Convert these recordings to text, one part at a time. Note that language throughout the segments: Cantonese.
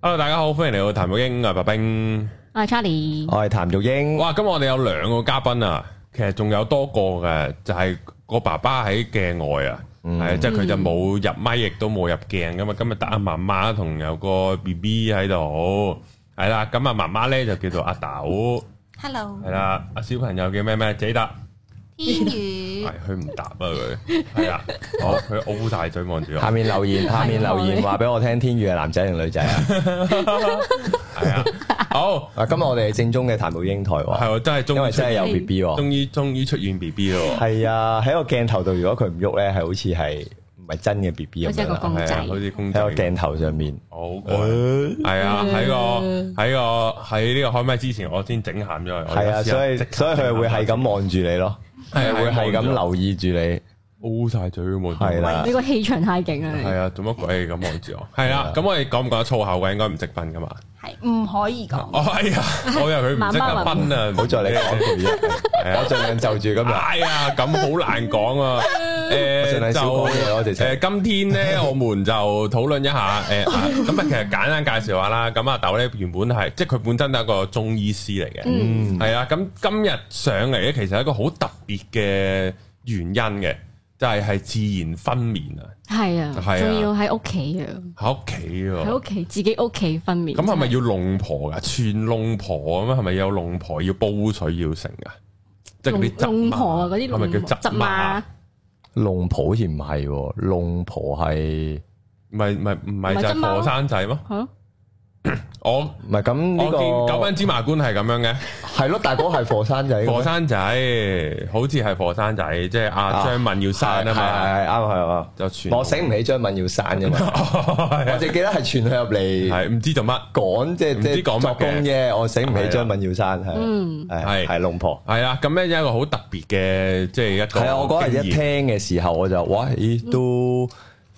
Hello，大家好，歡迎嚟到譚玉英啊，白冰。我係 Charlie，哦我係譚玉英，哇，今日我哋有兩個嘉賓啊，其實仲有多個嘅，就係、個爸爸喺鏡外啊，係即係佢就冇入咪，亦都冇入鏡咁啊。今日得阿媽媽同有個 B B 喺度，係啦。咁啊，媽媽咧就叫做阿豆， Hello，係啦。阿小朋友叫咩咩？自己答，天宇係佢唔答啊佢，係啦。好，佢 O 大嘴望住我下，面留言，下面留言話俾我聽，天宇係男仔定女仔啊？係啊。好，啊，今日我哋係正宗嘅譚玉英台喎，係喎，真係因終為於出真係有 B B 終喎。於終於出現 B B 咯。係啊，喺個鏡頭度，如果佢唔喐咧，係好似係唔係真嘅 B B 好咁樣似一個啦。公係仔啊，好似公喺仔個鏡頭上面，好攰，係啊！喺個喺個喺呢個開麥之前，我先整喊咗佢。係啊，所以所以佢會係咁望住你咯，係係會係咁留意住你。 ，O 晒嘴咁望住我。係啦你個氣場太勁啦，係啊，做乜鬼咁望住我？係啦，咁我哋講唔講得粗口嘅？應該唔識分噶嘛。係唔可以講，哦，係啊，我以為佢唔識得分啊，好在你講講。佢啫，係啊我盡量就住今日，哎呀，咁好難講啊！盡誒量少講就嘢咯，其誒，實今天咧，我們就討論一下誒，啊咁啊，其實簡單介紹下啦。咁阿豆咧原本係即係佢本身都係一個中醫師嚟嘅，嗯係啊，咁今日上嚟咧，其實係一個好特別嘅原因嘅，就係、係自然分娩啊，係啊，係啊仲要喺屋企啊，喺屋企喺屋喎。企自己屋企分娩，咁係咪要弄婆噶？全弄婆咁啊？係咪有弄婆要煲水要成噶？即係嗰啲執龍龍媽婆啊嗰啲係咪龍叫執執媽？龍婆好似唔係喎，龍婆係唔係唔係唔係唔係就執媽係咯婆生仔咯？係咯， 我唔係咁呢我見九個品芝麻官係咁樣嘅，係咯，大哥係火山仔嘅咩，婆生仔好似係婆生仔，即係阿啊張敏要生啊嘛，係係係啱係啊。就全我醒唔起張敏要散 嘅嘛，我就記得係傳佢入嚟係唔知做乜。講，即係唔知即講乜嘅係作工啫。我醒唔起張敏要散係啊嗯，係係係龍婆。系啦，咁咧有一個好特別嘅，即係一個係啊，我嗰日一經驗，聽嘅時候，我就哇，咦都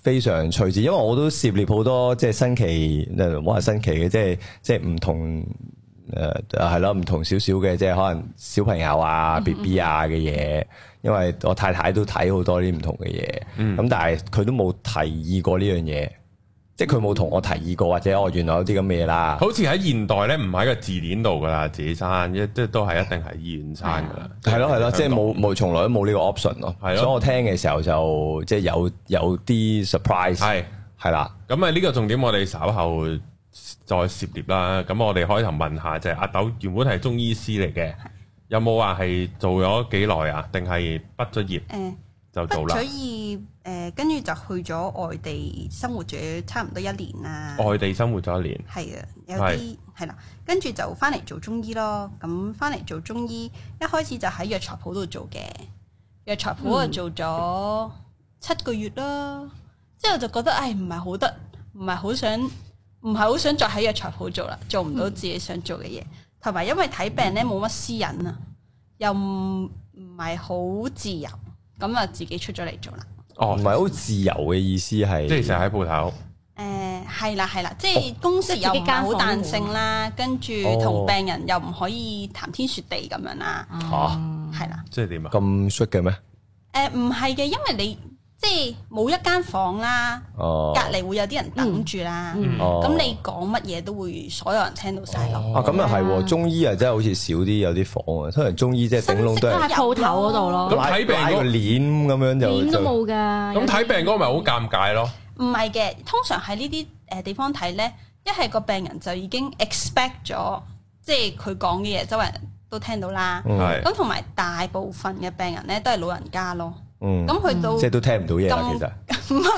非常趣致，因為我都涉獵好多即係新奇，誒冇話新奇嘅，即係即係唔同誒係咯，唔同少少嘅，即係可能小朋友啊、B B 啊嘅嘢。因為我太太都睇好多啲唔同嘅嘢，咁、但係佢都冇提議過呢樣嘢，即係佢冇同我提議過，或者我原來有啲咁嘅嘢啦。好似喺現代咧，唔喺個字典度噶啦，自己生，一即係都係一定係醫院生噶啦。係咯係咯，即係香港冇冇從來都冇呢個 option 咯。係所咯以我聽嘅時候就即係有有啲 surprise 係係啦。咁啊！呢個重點我哋稍後再涉獵啦。咁我哋開頭問下就係阿豆原本係中醫師嚟嘅，有冇話係做咗幾耐啊？定係畢咗業誒，就做畢啦咗？業誒，跟住就去咗外地生活咗差唔多一年啦，外地生活咗一年，係啊，有係啲係啦，跟住就翻嚟做中醫咯，咁翻嚟做中醫，一開始就喺藥材鋪度做嘅，藥材鋪啊做咗七個月啦，之後就覺得唉唔係好得，唔係好想，唔係好想再喺藥材鋪做啦，做唔到自己想做嘅嘢，同埋因為睇病咧冇乜私隱啊，又唔唔係好自由，咁啊自己出咗嚟做啦。哦唔，係好自由嘅意思係，即係成日喺鋪頭。誒呃係啦係啦，即係公事即係自又唔己係間好房彈性啦，跟住哦同病人又唔可以談天說地咁樣啦，啊係啦。即係點啊？咁 short 嘅咩？誒唔係嘅，因為你即係冇一間房啦，哦隔，離會有啲人等住啦，嗯哦咁你講乜嘢都會所有人聽到晒咯。啊咁又係喎，中醫啊真係好似少啲有啲房啊，通常中醫即係頂籠都都係喺鋪頭嗰度咁咯，拉睇病嗰拉個簾咁樣就點都就冇㗎，咁睇病嗰個咪好尷尬咯。唔係嘅，通常喺呢啲誒呃地方睇咧，一係個病人就已經 expect 咗，即係佢講嘅嘢周圍人都聽到啦。嗯係咁同埋大部分嘅病人咧都係老人家咯，嗯，咁佢到即係都聽唔到嘢啦，咁其實唔係。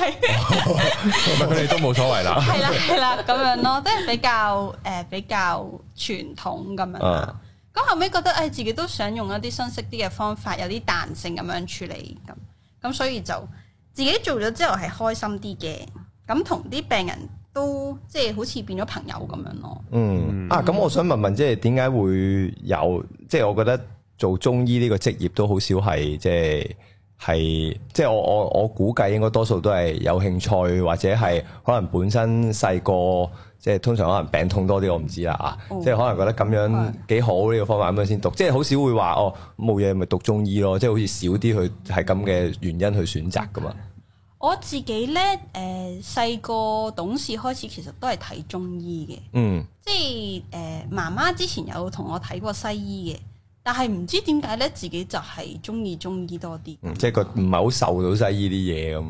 咁啊佢哋都冇所謂啦。 係啦係啦咁樣咯，即係比較誒、呃比較傳統咁樣啦。咁、後尾覺得誒、哎自己都想用一啲新式啲嘅方法，有啲彈性咁樣處理咁，咁所以就自己做咗之後係開心啲嘅。咁同啲病人都即係好似變咗朋友咁樣咯。嗯啊咁，我想問問即係點解會有？即係我覺得做中醫呢個職業都好少係即係。係，即係我我我估計應該多數都係有興趣，或者係可能本身細個，即係通常可能病痛多啲，我唔知啦啊，哦即係可能覺得咁樣係幾好呢、個方法咁樣先讀，即係好少會話哦冇嘢咪讀中醫咯，即係好似少啲去係咁嘅原因去選擇噶嘛。我自己呢，誒細個懂事開始，其實都係睇中醫嘅。嗯，即係誒、呃、媽媽之前有同我睇過西醫嘅，但係唔知點解咧，自己就係中意中醫多啲，嗯即係個唔係好受到西醫啲嘢咁，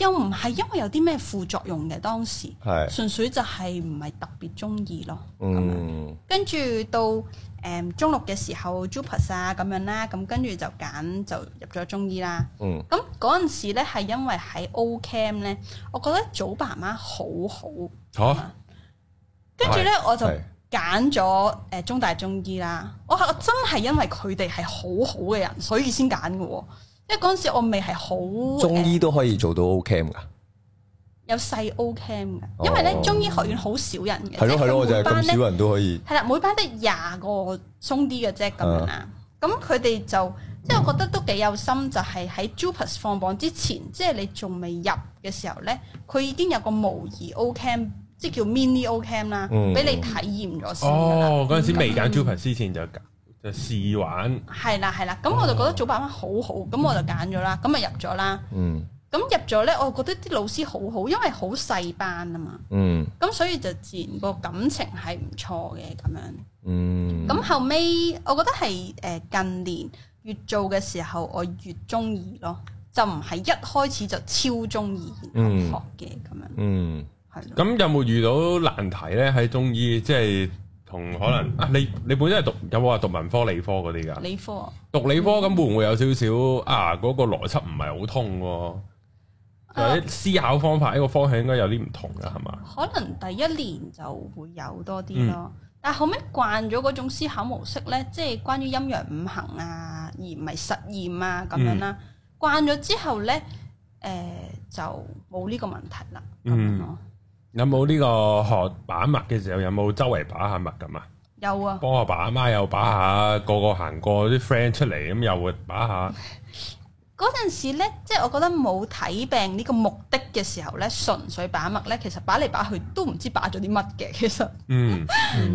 又唔係因為有啲咩副作用嘅當時，係純粹就係唔係特別中意咯。嗯跟住到誒、嗯中六嘅時候 j u p a s 啊咁樣啦，咁跟住就揀就入咗中醫啦。嗯咁嗰陣時咧係因為喺 O Cam 咧，我覺得組爸媽好好，吓跟住咧我就係揀咗誒中大中醫啦。我係我真係因為佢哋係好好嘅人，所以先揀嘅喎。因為嗰陣時我未係好中誒醫都可以做到 O Cam 噶，有細 O Cam 嘅，因為咧哦中醫學院好少人嘅，係咯即係係咯，我佢就每係班咁咧少人都可以，係啦，每班得廿個鬆啲嘅啫咁啊樣啦。咁佢哋就即係我覺得都幾有心，就係喺 Jupas 放榜之前，即係你仲未入嘅時候咧，佢已經有個模擬 O Cam，即係叫 mini O Cam 啦，嗯俾你體驗咗先㗎啦。哦，嗰陣時未揀 Jupas 之前就揀就試玩，係啦係啦，咁我就覺得早八晚好好，咁我就揀咗啦，咁咪入咗啦。嗯咁入咗咧，我覺得啲老師好好，因為好細班啊嘛，嗯咁所以就自然個感情係唔錯嘅咁樣。嗯，咁後尾，我覺得係呃誒近年越做嘅時候，我越中意咯，就唔係一開始就超中意然後學嘅咁樣，嗯係咯。咁有冇遇到難題咧？喺中醫即係同可能啊，你你本身係讀有冇話讀文科理科嗰啲噶？理科讀理科咁會唔會有少少啊？嗰、個邏輯唔係好通喎，或者思考方法呢個方向應該有啲唔同噶，係嘛？可能第一年就會有多啲咯，但後尾慣咗嗰種思考模式呢，即係關於陰陽五行啊，而唔係實驗啊咁樣啦。慣咗之後呢，誒、呃就冇呢個問題啦。咁樣咯，有冇呢個學把脈嘅時候，有冇周圍把下脈咁啊？有啊。幫我爸阿媽又把下，個個行過啲 friend 出嚟咁又會把下，嗰陣時咧，即係我覺得冇睇病呢個目的嘅時候咧，純粹把脈咧，其實把嚟把去都唔知把咗啲乜嘅。其實，嗯，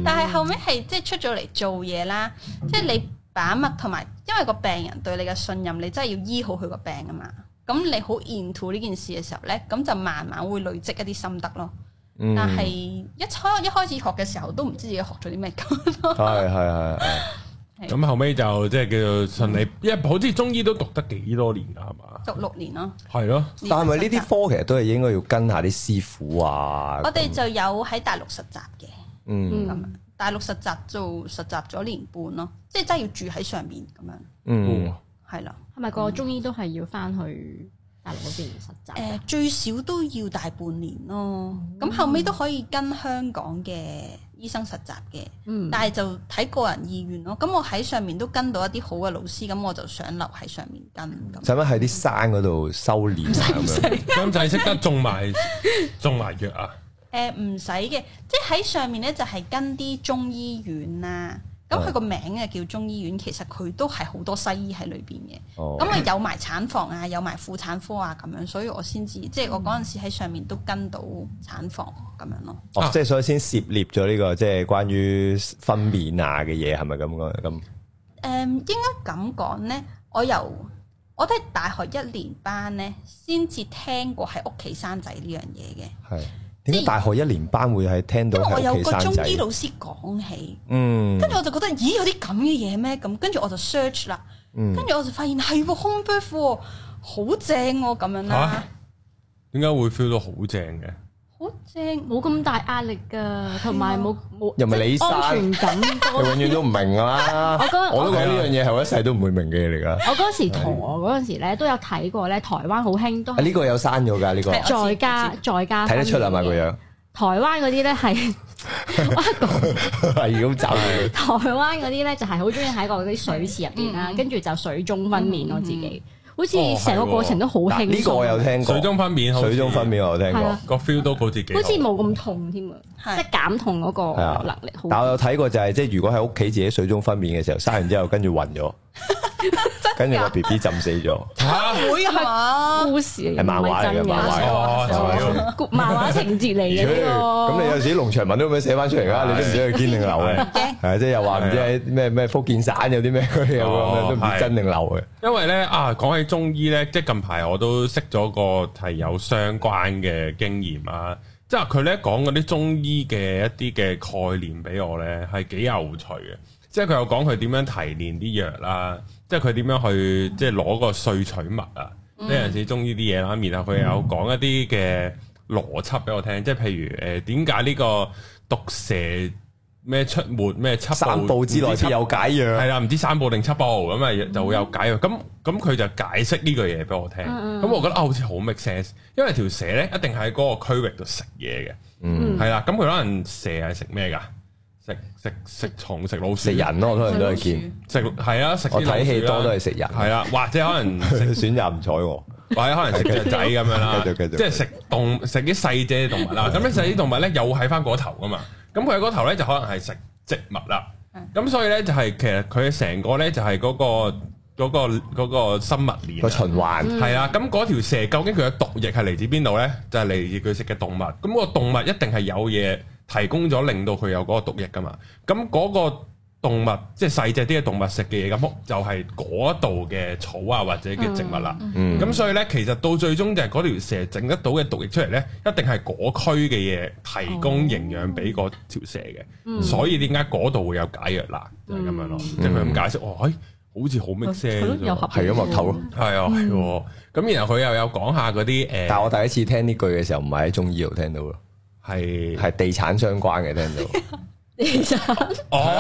但係後尾係即係出咗嚟做嘢啦，即係你把脈同埋，因為個病人對你嘅信任，你真係要醫好佢個病啊嘛。咁你好 into 呢件事嘅時候咧，咁就慢慢會累積一啲心得咯。嗯但係一開一開始學嘅時候，都唔知自己學咗啲咩 咁。係係係係。 咁後尾就即係叫做順利，因為好似中醫都讀得幾多年㗎，係嘛？讀六年咯，係咯，但係咪呢啲科其實都係應該要跟下啲師傅啊？我哋就有喺大陸實習嘅。嗯咁樣嗯，大陸實習做實習咗年半咯，即係真係要住喺上面咁樣，嗯係啦。係咪個中醫都係要翻去大陸嗰邊實習誒、㗎？最少都要大半年咯，咁、後尾都可以跟香港嘅醫生實習嘅，嗯，但係就睇個人意願咯。咁我喺上面都跟到一啲好嘅老師，咁我就想留喺上面跟咁。使乜喺啲山嗰度修煉 啊咁樣？咁就係識得種 埋種埋藥啊，誒唔使嘅，即係喺上面咧就係跟啲中醫院啦。咁佢個名啊叫中醫院，其實佢都係好多西醫喺裏邊嘅。哦咁啊有埋產房啊， 有埋婦產科啊咁樣，所以我先至即係嗯我嗰陣時喺上面都跟到產房咁樣咯。哦，即係所以先涉獵咗呢個即係關於分娩啊嘅嘢，係咪咁講咁？誒、嗯應該咁講呢，我由我都係大學一年班呢，先至聽過喺屋企生仔呢樣嘢嘅，係點解大學一年班會係聽到因為我喺有屋企個生中仔醫？老師講起，嗯跟住我就覺得咦有啲咁嘅嘢咩咁，跟住我就 search 啦，嗯跟住我就發現係喎 home birth 喎，好正喎咁樣啦嚇，點解會 feel 到好正嘅？好 正。冇咁大壓力㗎，同埋冇冇又唔係即你係安全感 你永遠都唔明㗎啦。我啊嗰我都講呢樣嘢係我一世都唔會明嘅嘢嚟㗎。我嗰時同我嗰陣時咧都有睇過咧，台灣好興都啊呢係啊個有生咗㗎，呢個係睇在家我在家得出啦嘛個分娩嘅樣，台灣嗰啲咧 係係咁走。台灣嗰啲咧就係好中意喺個嗰啲水池入邊嗯啦，跟住就水中分娩我自己，好似哦係成個過程都好輕嗱鬆。呢個我有聽過，水中分娩好似，水中分娩我有聽係過啊。個 feel 都好似幾好似冇咁痛添啊，係即係減痛嗰係啊個能力好。但我有睇過就係、即係如果喺屋企自己水中分娩嘅時候，生完之後跟住暈咗，跟住個 B B 浸死咗，吓哎會係嘛？故事嚟，係漫畫嚟嘅唔係真漫 畫哦嘅故漫畫情節嚟嘅呢個。咁你有時農場文都咁樣寫翻出嚟㗎，係你都唔知佢堅定流 嘅，嘅係即係又話唔知喺咩咩福建省有啲咩區有咁樣，哦都唔係知真定流嘅。因為咧啊，講起中醫咧，即係近排我都識咗個係有相關嘅經驗啊，即係佢咧講嗰啲中醫嘅一啲嘅概念俾我咧，係幾有趣嘅。即係佢又講佢點樣提煉啲藥啦，即係佢點樣去即係攞個萃取物啊，即係有陣時中醫啲嘢啦。然後佢有講一啲嘅邏輯俾我聽，即係譬如誒點解呢個毒蛇咩出沒咩七三步之內唔知必七有解藥係，啦，唔知三步定七步咁啊，就會有解藥。咁咁佢就解釋呢句嘢俾我聽。咁我覺得啊，好似好 make sense，因為條蛇咧一定喺嗰個區域度食嘢嘅，嗯係啦。咁佢可能蛇係食咩㗎？食食食蟲、食老鼠、食人咯，我通常都係見，食係啊，食我啲老鼠啦睇戲多都係食人，係啦，或者可 能食選擇唔睬我。或者可能食雀仔咁樣啦，繼續繼續即係食動食啲細隻嘅動物啦。咁啲細啲動物咧又喺翻嗰頭噶嘛，咁佢喺嗰頭咧就可能係食植物啦。咁所以咧就係其實佢成個咧就係嗰個嗰個嗰個生物鏈個啊。循環係啦，咁嗰條蛇究竟佢嘅毒液係嚟自邊度咧？就係嚟自佢食嘅動物。咁個動物一定係有嘢提供咗，令到佢有嗰個毒液噶嘛。咁嗰個動物即係細只啲嘅動物食嘅嘢，咁就係嗰度嘅草啊或者嘅植物啦。嗯咁所以咧，其實到最終就係嗰條蛇整得到嘅毒液出嚟咧，一定係嗰區嘅嘢提供營養俾嗰條蛇嘅。嗯所以點解嗰度會有解藥啦？就係咁樣咯，即係佢咁解釋。哦，哎好似好 make 係 sense 咯，喎有合理係咁岌頭 咯。係啊，係喎。咁然後佢又有講下嗰啲但係誒，我第一次聽呢句嘅時候，唔係喺中醫度聽到咯，係係地產相關嘅聽到。其實哦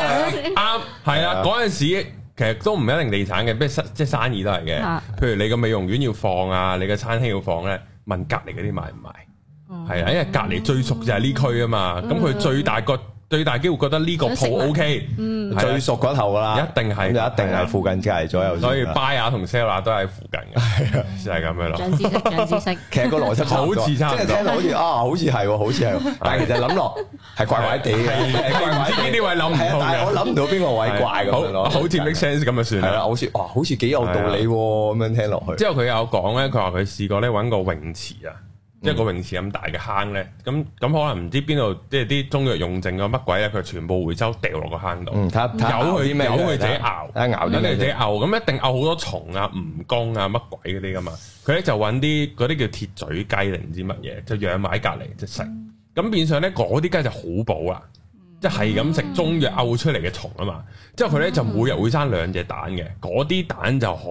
啱係啊。嗰陣時其實都唔一定地產嘅，不過即係生意都係嘅啊。譬如你個美容院要放啊，你個餐廳要放咧，問隔離嗰啲買唔買？係啊，因為隔離最熟就係呢區啊嘛。咁佢最大個最大機會覺得呢個想食鋪埋 OK，嗯最最熟嗰頭噶啦，一定係咁就啊一定係啊係附近隔離左右先啦。所以 buyer 同 seller 都喺附近嘅，就係咁樣咯。長知識，長知 識。其實個邏輯差唔多好似差唔即多係聽落好似啊，好似係喎，好似係喎，但係其實諗落係怪怪地嘅，係怪怪唔知地邊啲位諗唔係啊通但係嘅我。諗唔到邊個位怪咁樣好咯，好似 make sense 咁就算係啦，啦。好似哇，好似幾有道理喎，咁樣聽落去。之後佢有講咧，佢話佢試過咧揾個泳池啊，嗯即係個泳池咁大嘅坑咧，咁咁可能唔知邊度，即係啲中藥用剩咗啊乜鬼咧，佢全部回收掉落個坑度，嗯，睇下睇下由佢啲咩由佢自嘢己熬睇下熬咁啲你咩自己嘢牛咁一定牛好多蟲啊、蜈蚣啊、乜鬼嗰啲噶嘛，佢咧就揾啲嗰啲叫鐵嘴雞定唔知乜嘢，就養埋喺隔離即食，嗯咁變相咧嗰啲雞就好補啦。即係咁食中藥漚出嚟嘅蟲啊嘛，之後佢咧就每日會生兩隻蛋嘅，嗰啲蛋就好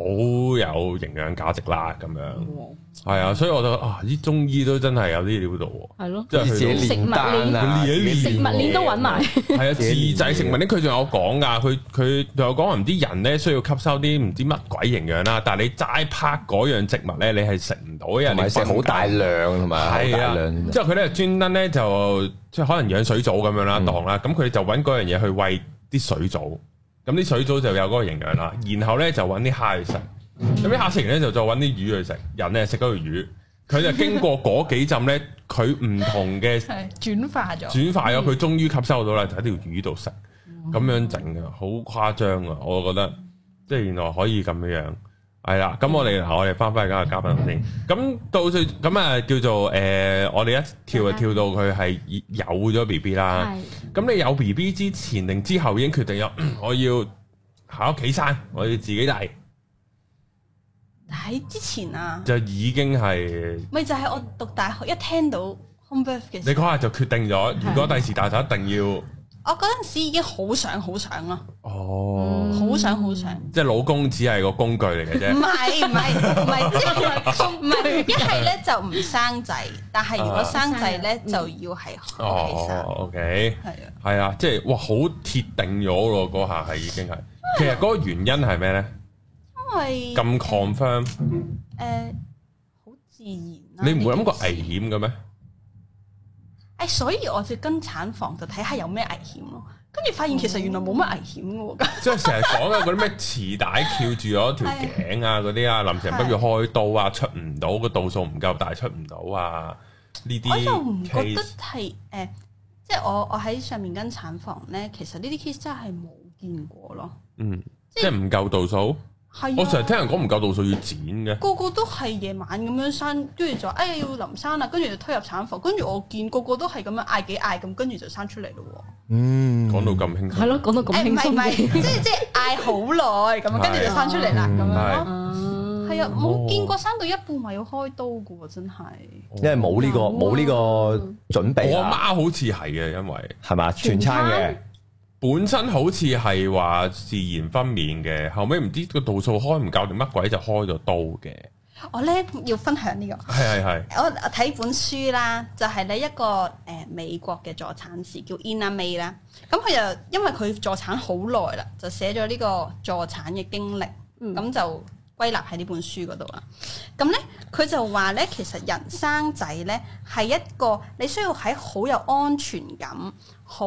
有營養價值啦，咁樣嗯係啊，所以我覺得啊，啲中醫都真係有啲料到喎，係咯，即係自己去食物練丹啊，鏈食物鏈都揾埋，到 係啊，自製食物咧，佢仲有講㗎，佢佢仲有講話唔知人咧需要吸收啲唔知乜鬼營養啦，但係你齋拍嗰樣植物咧，你係食唔到嘅，因為同你埋食好大量，同埋好係大啊量，。之後佢咧專登咧就即係可能養水藻咁樣嗯啦，當啦，咁佢就揾嗰樣嘢去餵啲水藻，咁啲水藻就有嗰個營養啦。然後咧就揾啲蝦去食，咁啲蝦食完咧就再揾啲魚去食，人咧食嗰條魚，佢就經過嗰幾浸咧，佢唔同嘅係轉化咗。轉化咗，佢終於吸收到啦，就喺條魚度食，咁樣整嘅，好誇張啊！我覺得即係原來可以咁樣樣，係啦。咁我哋嗱，我哋翻返去今日嘉賓頭先，咁到最咁啊叫做誒、呃我哋一跳就跳到佢係有咗 B B 啊啦。係咁你有 B B 之前定之後已經決定咗，嗯 我要喺屋企生，我要自己嚟，喺之前啊，就已經係咪就係我讀大學一聽到 home birth 嘅你時候，嗰下就決定咗，如果第時大就一定要我嗰陣時已經好想好想咯，哦。好想好想。即係老公只係個工具嚟嘅啫 唔。係唔係唔係，即係唔係一係咧就唔生仔，但係如果生仔咧就要係屋企生，啊哦，OK，係啊，係啊，即係哇，好鐵定咗咯，嗰下係已經係。其實嗰個原因係咩咧？因為咁 confirm，啊誒好自然啦。你唔會諗過呢件危事？險嘅 咩？誒，所以我就跟產房就睇下有咩危險咯。跟住發現其實原來冇乜危險嘅喎，即係成日講啊嘅嗰啲咩臍帶翹住咗條頸啊，嗰啲啊，臨時不如開刀啊，出唔到個度數唔夠大，出唔到啊，呢我又啲唔覺得 case 係誒，即係我我喺上面跟產房咧，其實呢啲 case 真係冇見過咯。嗯，即係唔夠度數，係啊我成日聽人講唔夠度數要剪嘅，個個都係夜晚咁樣生，跟住就話哎呀要臨生啦，跟住就推入產房，跟住我見個個都係咁樣嗌幾嗌咁，跟住就生出嚟咯嗯，講到咁輕係鬆，咯，講到喎。咁誒輕唔係唔鬆係，嘅，即係即係嗌好耐咁啊樣，跟住就生出嚟啦咁樣咯。啊係啊，哦冇見過生到一半話要開刀嘅喎，真係。因為冇呢個冇呢哦個準備我啊，阿媽好似係嘅，因為係嘛？全餐嘅，本身好似係話自然分娩嘅，後尾唔知個度數開唔夠定乜鬼就開咗刀嘅，我咧要分享呢個。係係係，我我睇本書啦，就係、呢一個誒、呃美國嘅助產士叫 Ina May 啦。咁佢就因為佢助產好耐啦，就寫咗呢個助產嘅經歷，咁、嗯就歸納喺呢本書嗰度啦。咁咧佢就話咧，其實人生仔咧係一個你需要喺好有安全感、好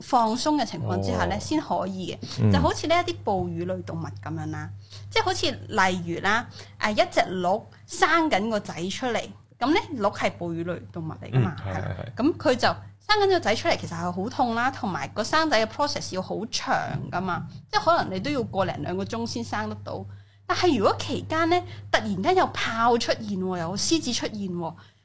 放鬆嘅情況之下咧，哦先可以嘅。嗯就好似呢一啲哺乳類動物咁樣啦，即係好似例如啦，誒一隻鹿生緊個仔出嚟，咁咧鹿係哺乳類動物嚟噶嗯嘛，係係啦係係，咁佢就生緊個仔出嚟，其實係好痛啦，同埋個生仔嘅 process 要好長噶嘛，即係可能你都要個零兩個鐘先生得到。但係如果期間咧，突然間有豹出現喎，有獅子出現喎，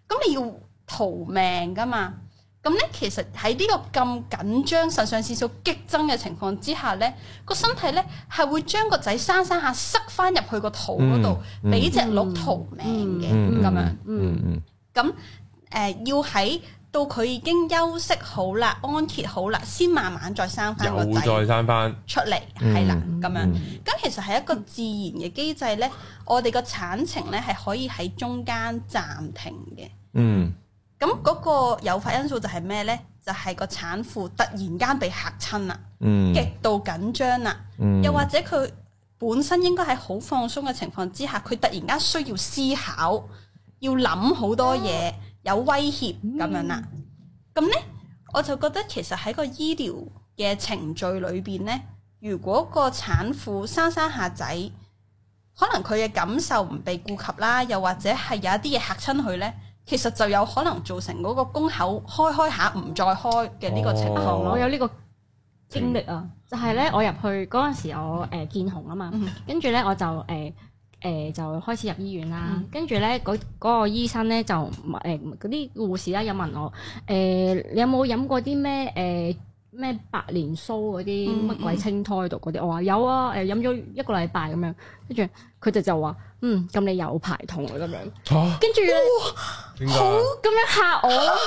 咁你要逃命噶嘛？咁咧，其實喺呢個咁緊張、腎上腺素激增嘅情況之下咧，個身體咧係會將個仔生生下塞翻入去個肚嗰度，嗯俾只鹿逃命嘅嗯咁樣。嗯嗯咁誒、呃要喺到佢已經休息好啦、安歇好啦，先慢慢再生翻個又仔再生翻，出嚟，嗯係啦咁樣。嗯咁其實係一個自然嘅機制咧，我哋個產程咧係可以喺中間暫停嘅。嗯，咁嗰個誘發因素就係咩呢？就係、個產婦突然間被嚇親啦，嗯極度緊張啦，嗯又或者佢本身應該喺好放鬆嘅情況之下，佢突然間需要思考，要諗好多嘢，有威脅咁樣啦。咁呢，我就覺得其實喺個醫療嘅程序裏邊呢，如果個產婦生生下仔，可能佢嘅感受唔被顧及啦，又或者係有一啲嘢嚇親佢呢，其實就有可能造成嗰個宮口開開下唔再開嘅呢個情況哦咯。我有呢個經歷啊，就係咧，我入去嗰陣時，我誒見紅啊嘛嗯，跟住咧我就誒誒就開始入醫院啦嗯，跟住咧嗰嗰個醫生咧就誒嗰啲護士咧有問我誒你有冇飲過啲咩誒？咩白蓮酥嗰啲嗯乜鬼清胎毒嗰啲，我話有啊，誒飲咗一個禮拜咁樣，跟住佢哋就話，嗯，咁你有排痛啊咁樣，嚇跟住咧哦點解咁樣嚇我咯。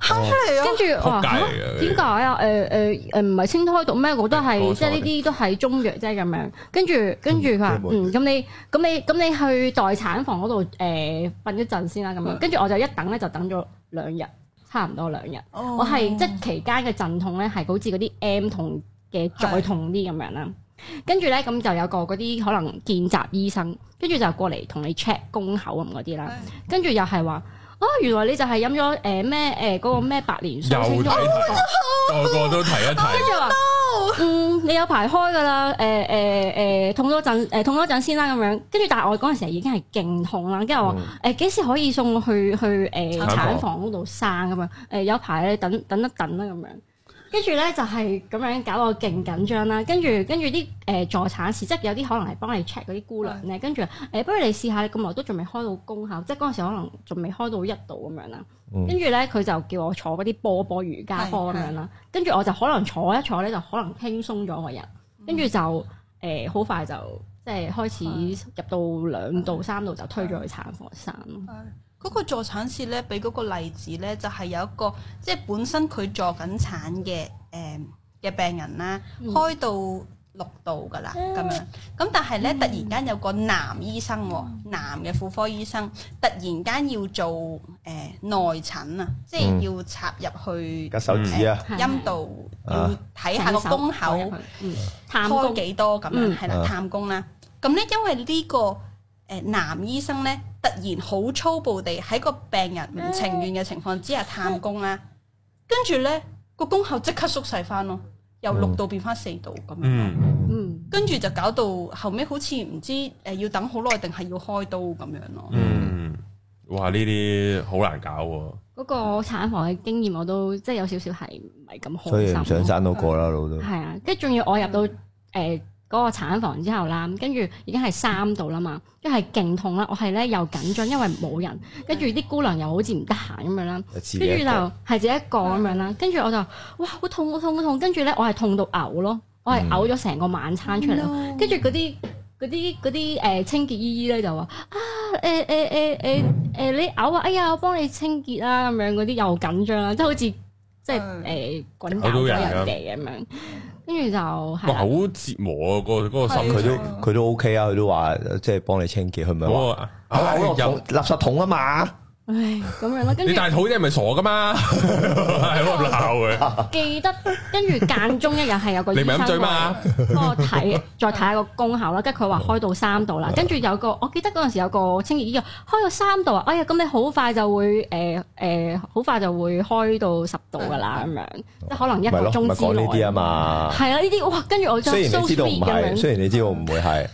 喊嗯出嚟跟住我仆話街嚇嚟嘅點解啊？誒誒誒，唔係清胎毒咩？我都係多數即係呢啲都係中藥啫咁樣。跟住跟住佢話嗯嗯，咁你咁你咁你去待產房嗰度誒瞓一陣先啦咁樣。跟住我就一等咧就等咗兩日，差唔多兩日。哦我係即係期間嘅陣痛咧，係好似嗰啲 M 痛嘅再痛啲咁樣啦。跟住咧咁就有個嗰啲可能見習醫生，跟住就過嚟同你 check 宮口咁嗰啲嗯啦。跟住又係話。哦，原來你就係飲咗誒咩誒呃嗰個咩白蓮又素清睇咗睇，個個都提一跟提，住話，嗯，你有排開噶啦，誒誒誒，痛多陣，誒、痛多陣先啦咁樣。跟住，但係我嗰陣時已經係勁痛啦，跟住我話誒幾時可以送我去去誒、產房產房嗰度生咁樣？誒、有排咧等等一等啦咁樣。跟住咧就係咁樣搞我勁緊張啦，跟住跟住啲誒助產士，即係有啲可能係幫你 check 嗰啲姑娘咧，跟住誒不如你試下，你咁耐都仲未開到功效，即係嗰陣時可能仲未開到一度咁樣啦。嗯跟住咧佢就叫我坐嗰啲波波瑜伽波咁樣啦，跟住我就可能坐一坐咧就可能輕鬆咗個人，跟住就誒好、快就即係開始入到兩度三度就推咗去產房生咯。啊嗰個助產士咧，俾嗰個例子咧，就係有一個即係本身佢助緊產嘅誒嘅病人啦，嗯開到六度噶啦嗯咁樣，咁但係咧突然間有個男醫生喎，嗯男嘅婦科醫生突然間要做誒內診啊，即係嗯要插入去夾手指啊，係陰道，要啊睇下個伸手宮入口去，嗯，探開工幾多咁樣，嗯係啦，啊探工啦。咁咧，因為呢個誒男醫生咧，突然好粗暴地喺個病人唔情願嘅情況之下探工啦，跟住咧個功效即刻縮細翻咯，由六度變翻四度咁樣，嗯，嗯，跟住就搞到後尾好似唔知誒要等好耐定係要開刀咁樣咯。嗯，哇！呢啲好難搞喎，嗰個產房嘅經驗我都即係有少少係唔係咁所以開唔想嗯心咯。生到個啦，老都嗯係啊，跟住仲要我入到誒嗰、嗰個產房之後啦，跟住已經係三度啦嘛，跟住係勁痛啦，我係咧又緊張，因為冇人，跟住啲姑娘又好似唔得閒咁樣啦，自己跟住一就個係自己一個咁樣啦，跟住我就哇好痛好痛好痛，跟住咧我係痛到嘔咯，我嗯係嘔咗成個晚餐出嚟咯，嗯跟住嗰啲。嗰啲嗰啲誒清潔姨姨咧就話啊誒誒誒誒誒你嘔啊！哎呀，我幫你清潔啦咁樣嗰啲又緊張啦，即係好似即係嗯誒滾搞搞到咗人人哋咁樣，跟住就係哇啦好折磨啊個嗰個係心佢情都佢都 OK 啊，佢都話即係幫你清潔，佢咪話嗰個啊啊我有有垃圾桶啊嘛，唉咁樣咯，跟你住大肚啲係咪傻噶嘛？喺度鬧佢，記得，跟住間中一日係有個醫 你生咪咁追嘛幫我睇，再睇下個功效啦。跟住佢話開到三度啦，跟住有個我記得嗰陣時有個清潔醫生開到三度啊，哎呀，咁你好快就會誒誒，好、快就會開到十度噶啦咁樣，即係可能一咪個咯，咪鐘之講呢內。啲啊嘛。係啦，呢啲哇，跟住我就雖 so 然你知道唔 sweet 咁係，樣雖然你知道唔會係，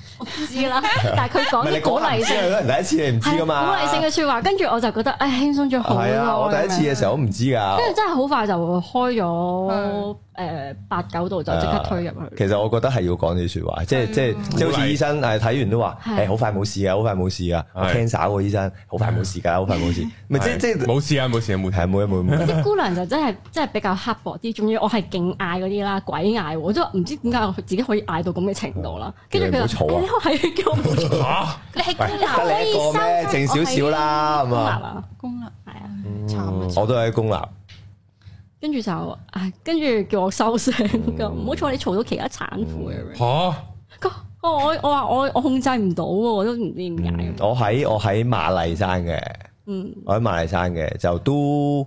知啦， 但係佢唔講係你哦啲鼓講勵唔知性係。咯，人第一次你唔知係噶嘛。鼓勵性嘅説話，跟住我就覺得唉輕鬆咗好多。係啊，我第一咁樣次嘅時候我唔知噶。跟住真係好快就開咗係誒八九度就即啊刻推入去。其實我覺得係要講呢啲説話，即係即係即係好鼓勵似醫生誒睇完都話嗯係誒好快冇事㗎，好快冇事㗎我係，cancer 個醫生好快冇事㗎，好快冇事，咪即係即係冇事啊冇事啊冇事啊。冇冇冇，啲姑娘就真係真係比較刻薄啲，仲要我係勁嗌嗰啲啦，鬼嗌喎，我都唔知點解我自己可以嗌到咁嘅程度啦。跟住佢嗯叫就你唔係叫我唔好嘈嚇你係喂公 得你一立個咩？可以靜收聲少少啦咁啊，，公立，係啊，慘啊嗯我都喺公立，跟住就唉，跟住叫我收聲，嗯咁唔好嘈，你嘈到其他產婦咁樣。嚇佢話我我我話我我控制唔到喎，我都唔知點解。我喺我喺馬麗山嘅，嗯，我喺馬麗山嘅就都。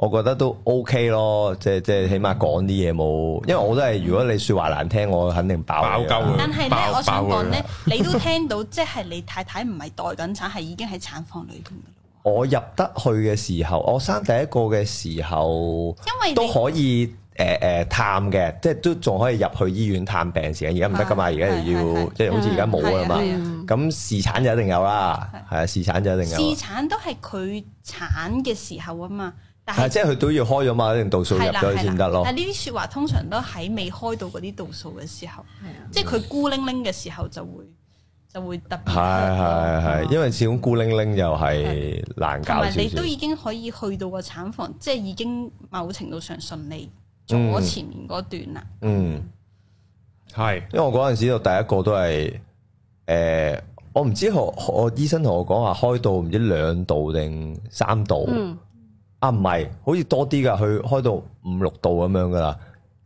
我覺得都 OK 咯，即係即係起碼講啲嘢冇，因為我都係如果你説話難聽，我肯定爆你㗎爆鳩佢但係爆咧，我爆想佢講咧，你都聽到，即係你太太唔係待緊產，係已經喺產房裏邊嘅咯我入得去嘅時候，我生第一個嘅時候，因為你都可以誒誒探嘅，即係都仲可以入去醫院探病時間。而家唔得噶嘛，而啊係家係又要係即係好似而家冇㗎啦嘛係啊。嗯咁試產就一定有啦，係啊，試產就一定有試啦。產都係佢產嘅時候啊嘛，但係係即係佢都要開咗嘛，一定度數入係啦咗去先得咯但。係呢啲説話通常都喺未開到嗰啲度數嘅時候，係啊。即係佢孤零零嘅時候就會就會特別係係係，因為為始終孤零零又係難嗯搞同少埋少你。都已經可以去到個產房，即係已經某程度上順利嗯咗前面嗰段啦。嗯。係因為我嗰陣時就第一個都係诶、誒我唔知我我醫生同我講話開到唔知兩度定三度，嗯啊唔係，好似多啲噶，佢開到五六度咁樣噶啦，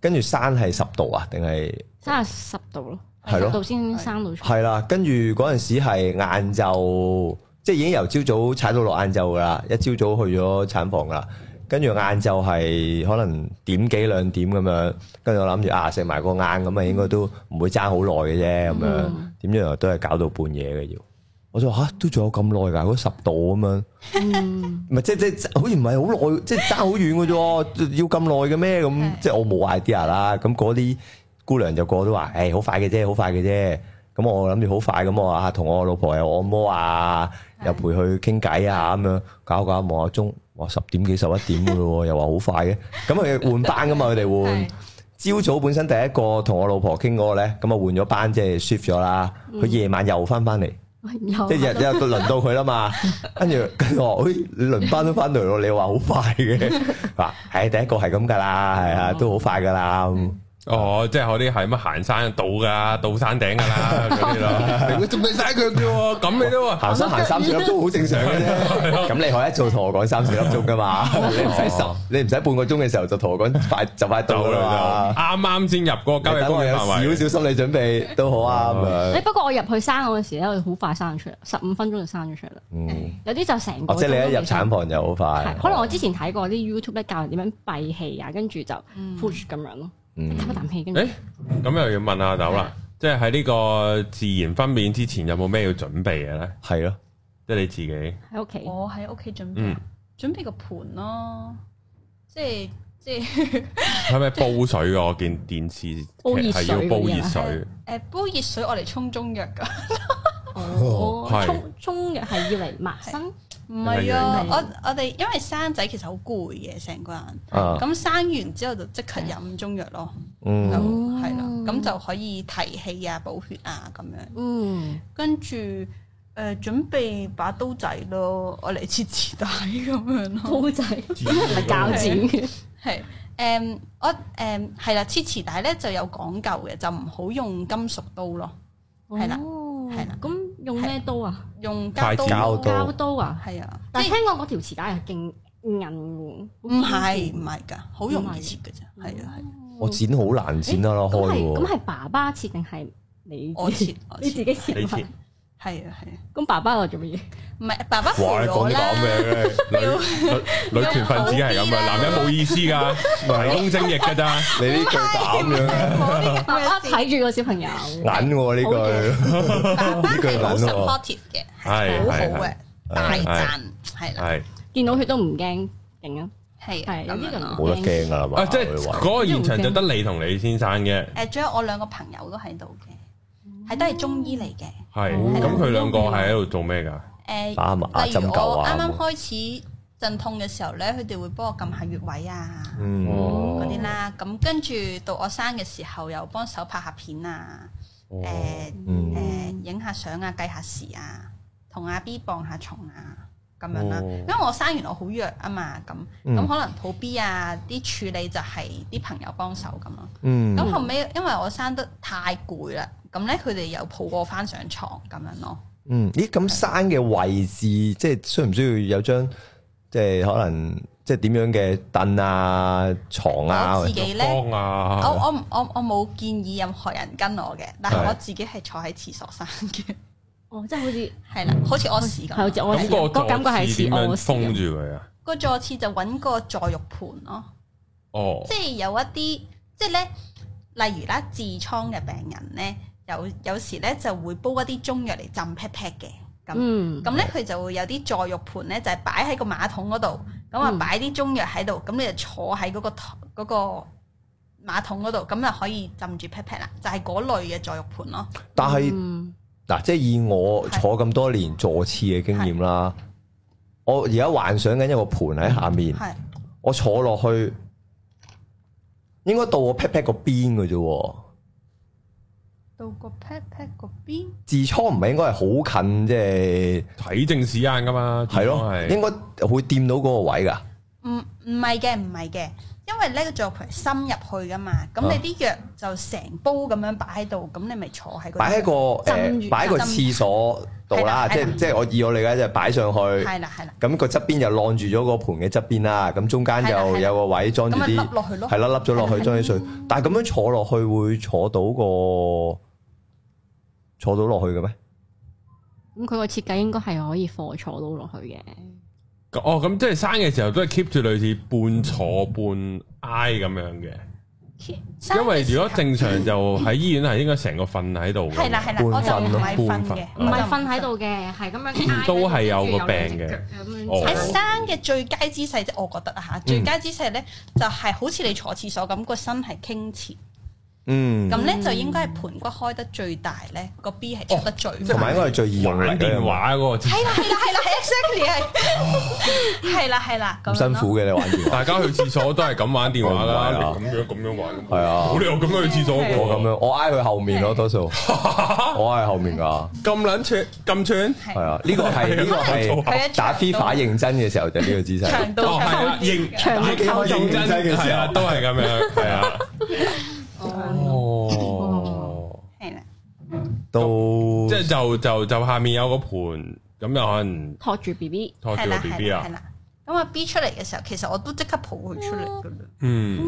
跟住山係十度啊，定係三十十度咯，係咯十度先生到出。係啦，跟住嗰陣時係晏晝，即係已經由朝早踩到落晏晝噶啦，一朝早去咗產房噶啦。跟住晏晝係可能點幾兩點咁樣，跟住我諗住啊食埋個晏咁啊，應該都唔會爭好耐嘅啫咁樣嗯。點知原來都係搞到半夜嘅要。我就話吓啊都仲有咁耐㗎，嗰十度咁樣，嗯唔係即即好似唔係好耐，即係爭好遠嘅啫喎， 要咁耐嘅咩？咁係即係我冇 idea 啦。咁嗰啲姑娘就個都話：，誒好快嘅啫，好快嘅啫。咁我諗住好快咁，我話啊同我老婆又按摩啊，又陪佢傾偈啊咁樣，搞搞望下鐘，哇十點幾十一點嘅咯喎，又話好快嘅。咁佢換班噶嘛，佢哋換 係。朝早本身第一個同我老婆傾嗰個咧，咁啊換咗班，即係 shift 咗啦。佢嗯夜晚又翻翻嚟。有即係日日輪到佢啦嘛，跟住跟住我話，誒你輪班都翻嚟咯，你話好快嘅，話係第一個係咁噶啦，係啊，都好快噶啦，嗯咁哦，即係嗰啲係乜行山到噶，到山頂噶啦嗰啲咯。你仲未晒腳嘅喎，咁你都話行山行三四粒鐘好正常嘅啫，咁你可以一早同我講三四粒鐘噶嘛，你唔使十，你唔使半個鐘嘅時候就同我講快就快到走啦啦，嘛，啱啱先入嗰個你郊野等公我園有範圍。少少心理準備都好啊咁誒樣，不過我入去生嗰陣時咧，我好快生咗出嚟，十五分鐘就生咗出嚟啦。嗯，有啲就成個鐘都未哦生。即係你一入產房就好快係，，可能我之前睇過啲 YouTube 咧教人點樣閉氣啊，跟住就 push 咁樣咯，嗯吸一啖氣，跟住诶，咁又要問下豆啦，即係喺呢個自然分娩之前有冇咩要準備嘅咧？係咯，即係你自己，喺屋哦企。嗯我喺屋企準備嗯，準備個盤咯，即係即係係咪煲水㗎？我見電視煲熱劇係要水煲嗰啲熱啊水，誒煲熱水我嚟沖中藥㗎，哦係沖沖藥係要嚟抹身，唔係啊係！我我哋因為生仔其實好攰嘅成個人，啊，咁生完之後就即刻飲中藥咯，嗯哦就係啦，咁就可以提氣啊、補血啊咁樣。嗯，跟住誒、呃、準備把刀仔咯，我嚟切磁帶咁樣咯。刀仔唔 係鉸剪嘅，係誒、我誒係啦，切磁帶咧就有講究嘅，就唔好用金屬刀咯，係啦係係啦哦咁用咩刀啊？用筷膠刀子咯。膠刀膠刀啊？係啊，但即係係聽講嗰條磁帶係勁硬喎，唔係唔係㗎，好容易切㗎啫，係啊係啊，嗯我剪好難剪得咯，咁開係咁喎。係爸爸切定係你我切我你切自己切你啊切係啊係啊，咁爸爸又做乜嘢？唔係爸爸陪哇！你我講啲咁啦，嘅女女女權分子係咁啊，男人冇意思㗎，提供精液㗎咋。你呢句咁 樣我爸爸 睇住個小朋友，眼喎呢句，爸爸係好呢句懶喎 supportive 嘅，係係好係好嘅，大係讚係啦，係見到佢都唔驚，勁啊！係係有咁啲樣人咯。冇得驚㗎啦嘛。啊，即係佢話嗰個現場就得你同李先生嘅，誒，仲有我兩個朋友都喺度嘅，係都係中醫嚟嘅。係哦咁佢兩個係喺度做咩㗎？誒、打麻例如針灸我啊啱啱開始陣痛嘅時候咧，佢哋會幫我撳下穴位啊嗯，嗰啲哦，啦。咁跟住到我生嘅時候，又幫手拍下片啊，哦誒誒嗯影下相啊，計下時啊，同阿 B 磅下重啊。咁樣啦，哦因為我生完我好弱啊嘛，咁咁嗯可能抱 B 啊啲處理就係啲朋友幫手咁咯。嗯咁後尾因為我生得太攰啦，咁咧佢哋又抱我翻上床咁樣咯。嗯，咦？咁山嘅位置，即係需唔需要有張即係可能即係點樣嘅凳啊、床啊？我自己咧。光哦哦我啊，我唔我我冇建議任何人跟我嘅，但係我自己係坐喺廁所生嘅，哦，即係好似係啦，好似我屎係好咁。似我咁個試個感覺係坐似廁點我樣試咁封住佢啊？個坐廁就揾個坐浴盤咯，哦即，係有一啲即係咧，例如啦，痔瘡嘅病人咧，有有時咧就會煲一啲中藥嚟浸 pat pat 嘅，咁嗯，咁咧佢就會有啲坐浴盤咧，就係擺喺個馬桶嗰度，咁啊嗯擺啲中藥喺度，咁你就坐喺嗰個桶嗰個馬桶嗰度，咁就可以浸住 pat pat 啦，就係嗰類嘅坐浴盤咯。但係嗯嗱，即係以我係坐咁多年坐廁嘅經驗啦，我而家幻想緊一個盤喺下面，係。我坐落去，應該到我 pat pat 個邊嘅啫喎。到個 pat pat 嗰邊，痔瘡唔係應該係好近，即係睇正屎眼㗎嘛，係咯，哦係應該會掂到嗰個位㗎。唔唔係嘅，唔係嘅，因為呢個座盤深入去噶嘛，咁啊你啲藥就成煲咁樣擺喺度，咁你咪坐喺嗰度擺喺個浸誒，住擺喺個浸廁所度啦，係啦即係啦係即係我以我理解就係擺上去，係啦係啦，咁個側邊就晾住咗個盤嘅側邊啦，咁中間係啦係就啦有個位裝住咁咪啲凹，落去咯係，啦，笠咗落係去啦裝啲水，但係咁樣坐落去會坐到個坐到落去嘅咩？咁佢個設計應該係可以貨坐到落去嘅，哦，咁即係生嘅時候都係 keep 住類似半坐半挨咁樣嘅。因為如果正常就喺醫院係應該成個瞓喺度嘅，係啦係啦，我半就瞓唔咯係瞓嘅，唔係瞓喺度嘅，係咁樣挨都喺度係有跟住個兩隻病嘅腳咁樣哦喺撐生嘅最佳姿勢啫，我覺得啊嗯嚇，最佳姿勢咧就係好似你坐廁所咁，個身係傾前，嗯，咁咧就應該係盤骨開得最大咧，個 B 係出得最同埋快。應哦該係最易用嚟玩嘅電，話嗰個姿勢，係啦係啦係啦係 exactly 係，係啦係啦，咁咁樣辛咯苦嘅你玩 電話，大家去廁所都係咁玩電話我唔啦，玩啊你咁樣咁樣玩，啊係啊冇理由咁樣去廁所係我過哦咁樣，我挨佢後面咯，多數我挨後面㗎，咁撚串咁串，係係啊，呢個係呢個佢一係出打 FIFA 認真嘅時候就呢個姿勢。長度哦係啦，認長打嘅機構造認真認真嘅係時啊，候都係咁樣，啊係啊，哦，係啦，都即係就就就下面有個盤，咁又可能托住 B B，托住係個啦， B 係 B 啦，啊係，啦。咁啊 B 出嚟嘅時候，其實我都即刻抱佢出嚟噶啦。嗯，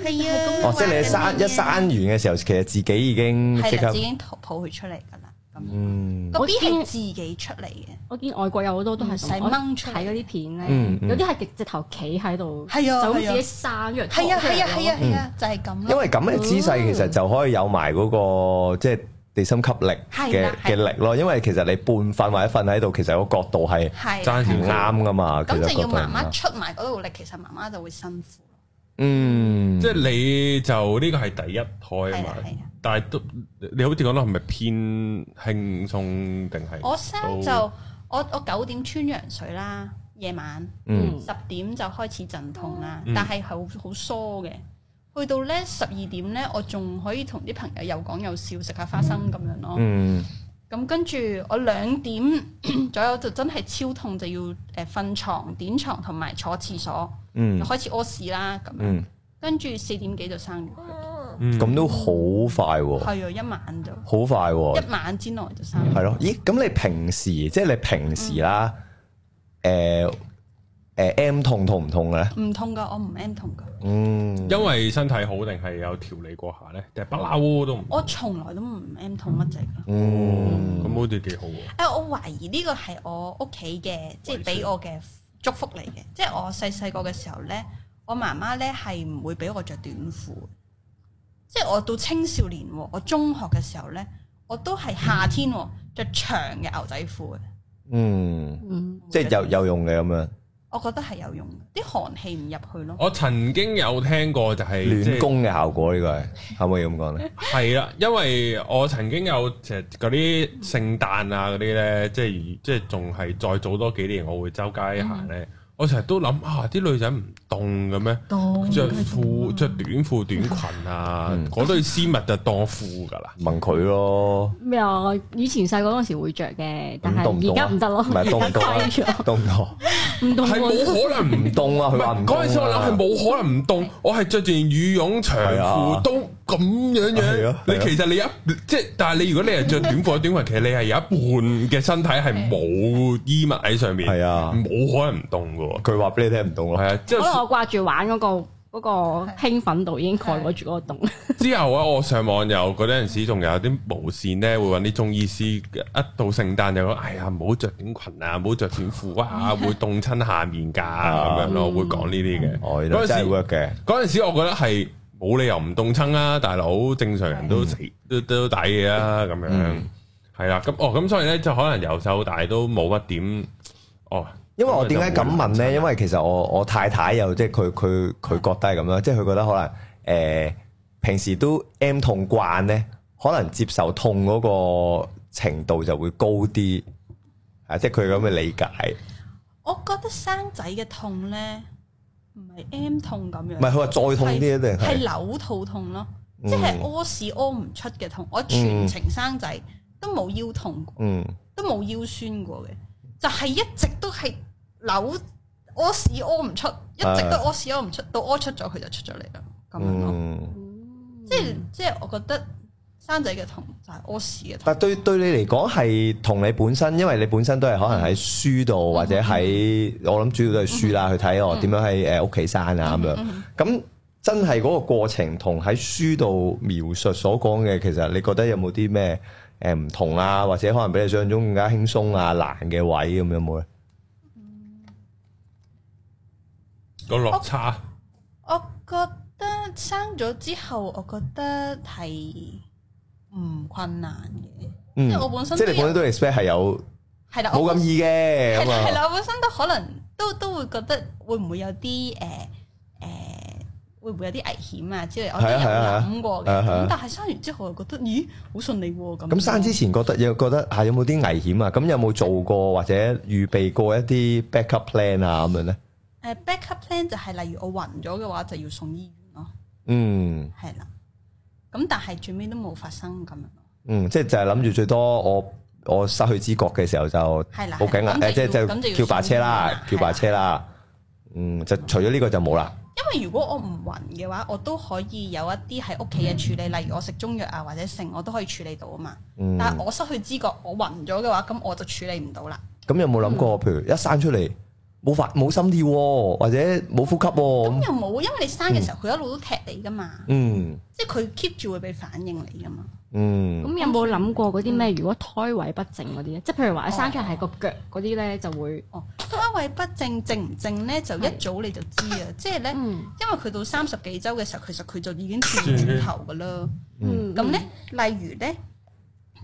係啊哦，即係你生一生完嘅時候，其實自己已經啊即係啦，刻已經抱抱佢出嚟噶啦。咁嗯個我 B 見係自己出嚟嘅，我見外國有好多都係咁唔使掹出嚟睇嗰啲嗯片嗯咧，有啲係直直頭企喺度，係啊就咁係啊自己生咗，係啊係啊係啊，係啊，就係咁嗯因咯。為咁嘅姿勢其實就可以有埋嗰、個即係地心吸力係嘅啦嘅係力咯。因為其實你半瞓或者瞓喺度，其實個角度係係爭唔少少，啱噶嘛。其咁實就角要度唔媽媽啱。出埋嗰度力，其實媽媽就會辛苦。嗯，即即係係你就呢個係第一胎啊係啦嘛。係啊，但係都你好似講得係咪偏輕鬆定嗯係？我生就我我九點穿羊水啦，夜晚嗯十點就開始陣痛啦嗯，但係好好疏嘅。去到咧十二點咧，我仲可以同啲朋友又講又笑，食下花生咁樣咯。嗯，咁跟住我兩點 左右就真係超痛，就要誒瞓床、點床同埋坐廁所，嗯就開始屙屎啦咁樣。嗯，哦跟住四點幾就生完佢，嗯咁都好快喎，係啊，一晚就好快喎，一晚之內就生完。係咯？咦，咁你平時即係你平時啦，誒誒 M 痛痛唔痛嘅咧？唔痛噶，我唔 M 痛噶，嗯，因為身體好定係有調理過下咧，定係不嬲窩都唔我從來都唔 M 痛乜滯噶。嗯，咁好似幾好喎。誒、哎我懷疑呢個係我屋企嘅，即係俾我嘅祝福嚟嘅。即係我細細個嘅時候咧，我媽媽咧係唔會俾我着短褲。即係我到青少年喎，我中學嘅時候咧，我都係夏天喎着長嘅牛仔褲嘅。嗯，嗯，即係有有用嘅咁樣，我覺得係有用嘅，啲寒氣唔入去咯。我曾經有聽過就係即係暖宮嘅效果呢個係可唔可以咁 講咧？係啦，因為我曾經有其實嗰啲聖誕啊嗰啲咧，即係即係仲係再早多幾年，我會周街行咧。我成日都諗啊，啲女仔唔凍嘅咩？凍着褲着短褲短裙啊，嗰對絲襪就當褲㗎啦。問佢咯，咩啊？我以前細個嗰陣時會着嘅，但咁凍唔係而凍啊家唔得咯，唔係凍 唔凍啊而家低咗，凍唔凍？唔係冇凍啊可能唔唔凍啊！唔佢話係唔嗰陣時凍我諗係啊。冇可能唔凍，我係着住件羽絨長係啊褲都咁樣係樣啊。你係啊其實你一即係，但係你如果你係着短褲短裙，其實你係有一半嘅身體係冇衣物喺上面，係啊冇可能唔凍嘅喎。佢話俾你聽唔凍咯，係啊，之可能後我掛住玩嗰個嗰個興奮度已經蓋咗住嗰個凍，之後啊，我上網有嗰陣時仲有啲無線咧，會揾啲中醫師一到聖誕就講：哎呀，唔好着短裙啊，唔好着短褲啊，會凍親下面㗎咁樣咯，會講呢啲嘅。哦，原來真係 work 嘅，嗰陣時我覺得係冇理由唔凍親啦，大佬正常人都死都都抵嘅啦，咁樣嗯係啦。咁哦，咁所以咧就可能由細到大都冇乜點哦。因為我點解咁啊問咧？因為其實我我太太又即係佢佢佢覺得係咁樣，即係佢覺得可能誒、呃平時都 M 痛慣咧，可能接受痛嗰個程度就會高啲，啊，即係佢咁嘅理解。我覺得生仔嘅痛咧，唔係 M 痛咁樣唔係佢。話再痛啲啊一定係係扭肚痛咯，嗯即係屙屎屙唔出嘅痛。我全程生仔都冇腰痛過，嗯都冇腰酸過嘅，就係、一直都係扭屙屎屙唔出，一直都屙屎屙唔出，到屙出咗佢就出咗嚟啦，咁樣咯。嗯。即係即係我覺得生仔嘅痛就係屙屎嘅痛，但對對你嚟講係同你本身，因為你本身都係可能喺書度或者喺我諗主要都係書啦，去睇我點樣喺誒屋企生啊咁樣。咁真係嗰個過程同喺書度描述所講嘅，其實你覺得有冇啲咩誒唔同啊，或者可能比你想象中更加輕鬆啊、難嘅位咁樣有冇咧？個落差我覺得生咗之後，我覺得係唔困難嘅，嗯即係我本身即係都你本身都 expect 係有係啦，我冇咁易嘅係咁啦係啊，啦，我本身都可能都都會覺得會唔會有啲誒誒會唔會有啲危險啊之類，我都係啊係啊有諗過嘅。係啊係啊咁但係生完之後我又覺得，咦好順利喎咁。咁生之前覺得有覺得係有冇啲危險啊？咁有冇做過或者預備過一啲 backup plan 啊咁樣咧？誒 backup plan 就係例如我暈咗嘅話就要送醫院咯，嗯係啦。咁但係最尾都冇發生咁樣咯，嗯，即係就係諗住最多我我失去知覺嘅時候就係啦報警啦，咁就誒即係要咁就就要叫白車送醫院啦啦，啊叫白車啦。嗯，就除咗呢個就冇啦。因為如果我唔暈嘅話，我都可以有一啲喺屋企嘅處理，例如我食中藥啊或者剩，我都可以處理到啊嘛。嗯但係我失去知覺，我暈咗嘅話，咁我就處理唔到啦。咁有冇諗嗯過，譬如一生出嚟冇發冇心跳喎，或者冇呼吸喎咁咁？又冇，因為你生嘅時候佢一路都踢你噶嘛，嗯即係佢 keep 住會俾反應你噶嘛。嗯咁有冇諗過嗰啲咩？如果胎位不正嗰啲咧，即係譬如話生出嚟係個腳嗰啲咧，就會哦，胎位不正正唔正咧，就一早你就知 啊。即係咧，嗯因為佢到三十幾周嘅時候，其實佢就已經轉轉頭噶啦。嗯咁咧，例如咧，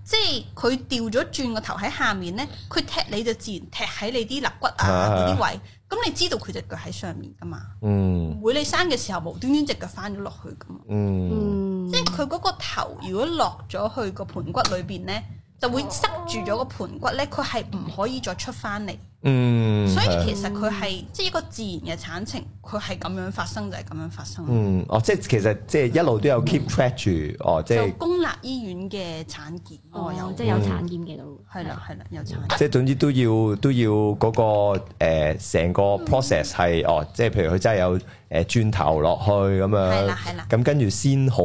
即係佢掉咗轉個頭喺下面咧，佢踢你就自然踢喺你啲肋骨啊啊嗰啲位。咁你知道佢只腳喺上面噶嘛？嗯唔會你生嘅時候無端端只腳翻咗落去噶嘛？嗯嗯即係佢嗰個頭如果落咗去個盆骨裏邊咧，就會塞住咗個盆骨咧，佢係唔可以再出翻嚟。嗯，所以係啊其實佢係即係一個自然嘅產程，佢係咁樣發生就係咁樣發生。嗯，哦，即係其實即係一路都有 keep track 住，哦，即就係公立醫院嘅產檢，我哦有，即係有嗯產檢嘅都係啦，係啦，有產檢。即係總之都要都要嗰、個呃成、個嗯 process 係哦，即係譬如佢真係有誒呃轉頭落去咁係樣啦係啦，咁跟住先好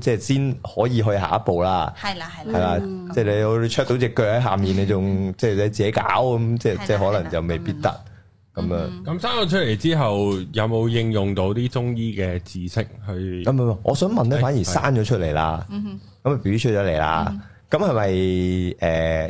即係先可以去下一步啦，係啦，係係啦，啦，嗯即係你好你 check 到只腳喺下面，你 仲即係你自己搞咁，即係啦係即係可係啦能就未必得咁樣。咁生咗出嚟之後，有冇應用到啲中醫嘅知識去咁？唔唔，我想問咧，係反而係生咗出嚟啦，嗯咁啊 B B 出咗嚟啦，咁係咪誒？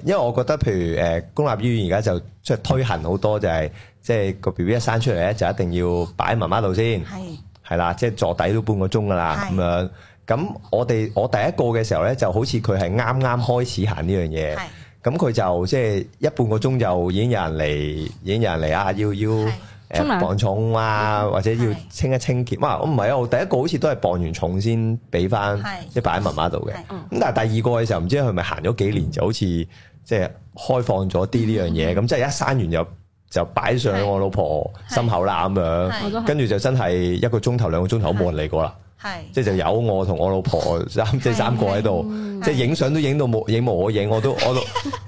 因為我覺得譬如誒、呃公立醫院而家就即係推行好多就係、即係個 B B 一生出嚟咧，就一定要擺喺媽媽度先，係係啦，即係坐底都半個鐘噶啦係咁樣。咁我哋我第一個嘅時候咧，就好似佢係啱啱開始行呢樣嘢，係咁佢就即係一半個鐘就已經有人嚟，已經有人嚟啊，要要係。沖誒涼呃磅重啊，或者要嗯係清一清潔。哇，我唔係啊，我第一個好似都係磅完重先俾翻係，即係擺喺媽媽度嘅。係咁但係第二個嘅時候，唔知佢咪行咗幾年，就好似即係開放咗啲呢樣嘢。咁即係一生完就就擺上我老婆嗯係心口啦咁我樣。都係跟住就真係一個鐘頭兩個鐘頭都冇人嚟過啦，係即係就有我同我老 婆三即係三個喺度，即係啊影相都影到冇影冇我影，我都我 都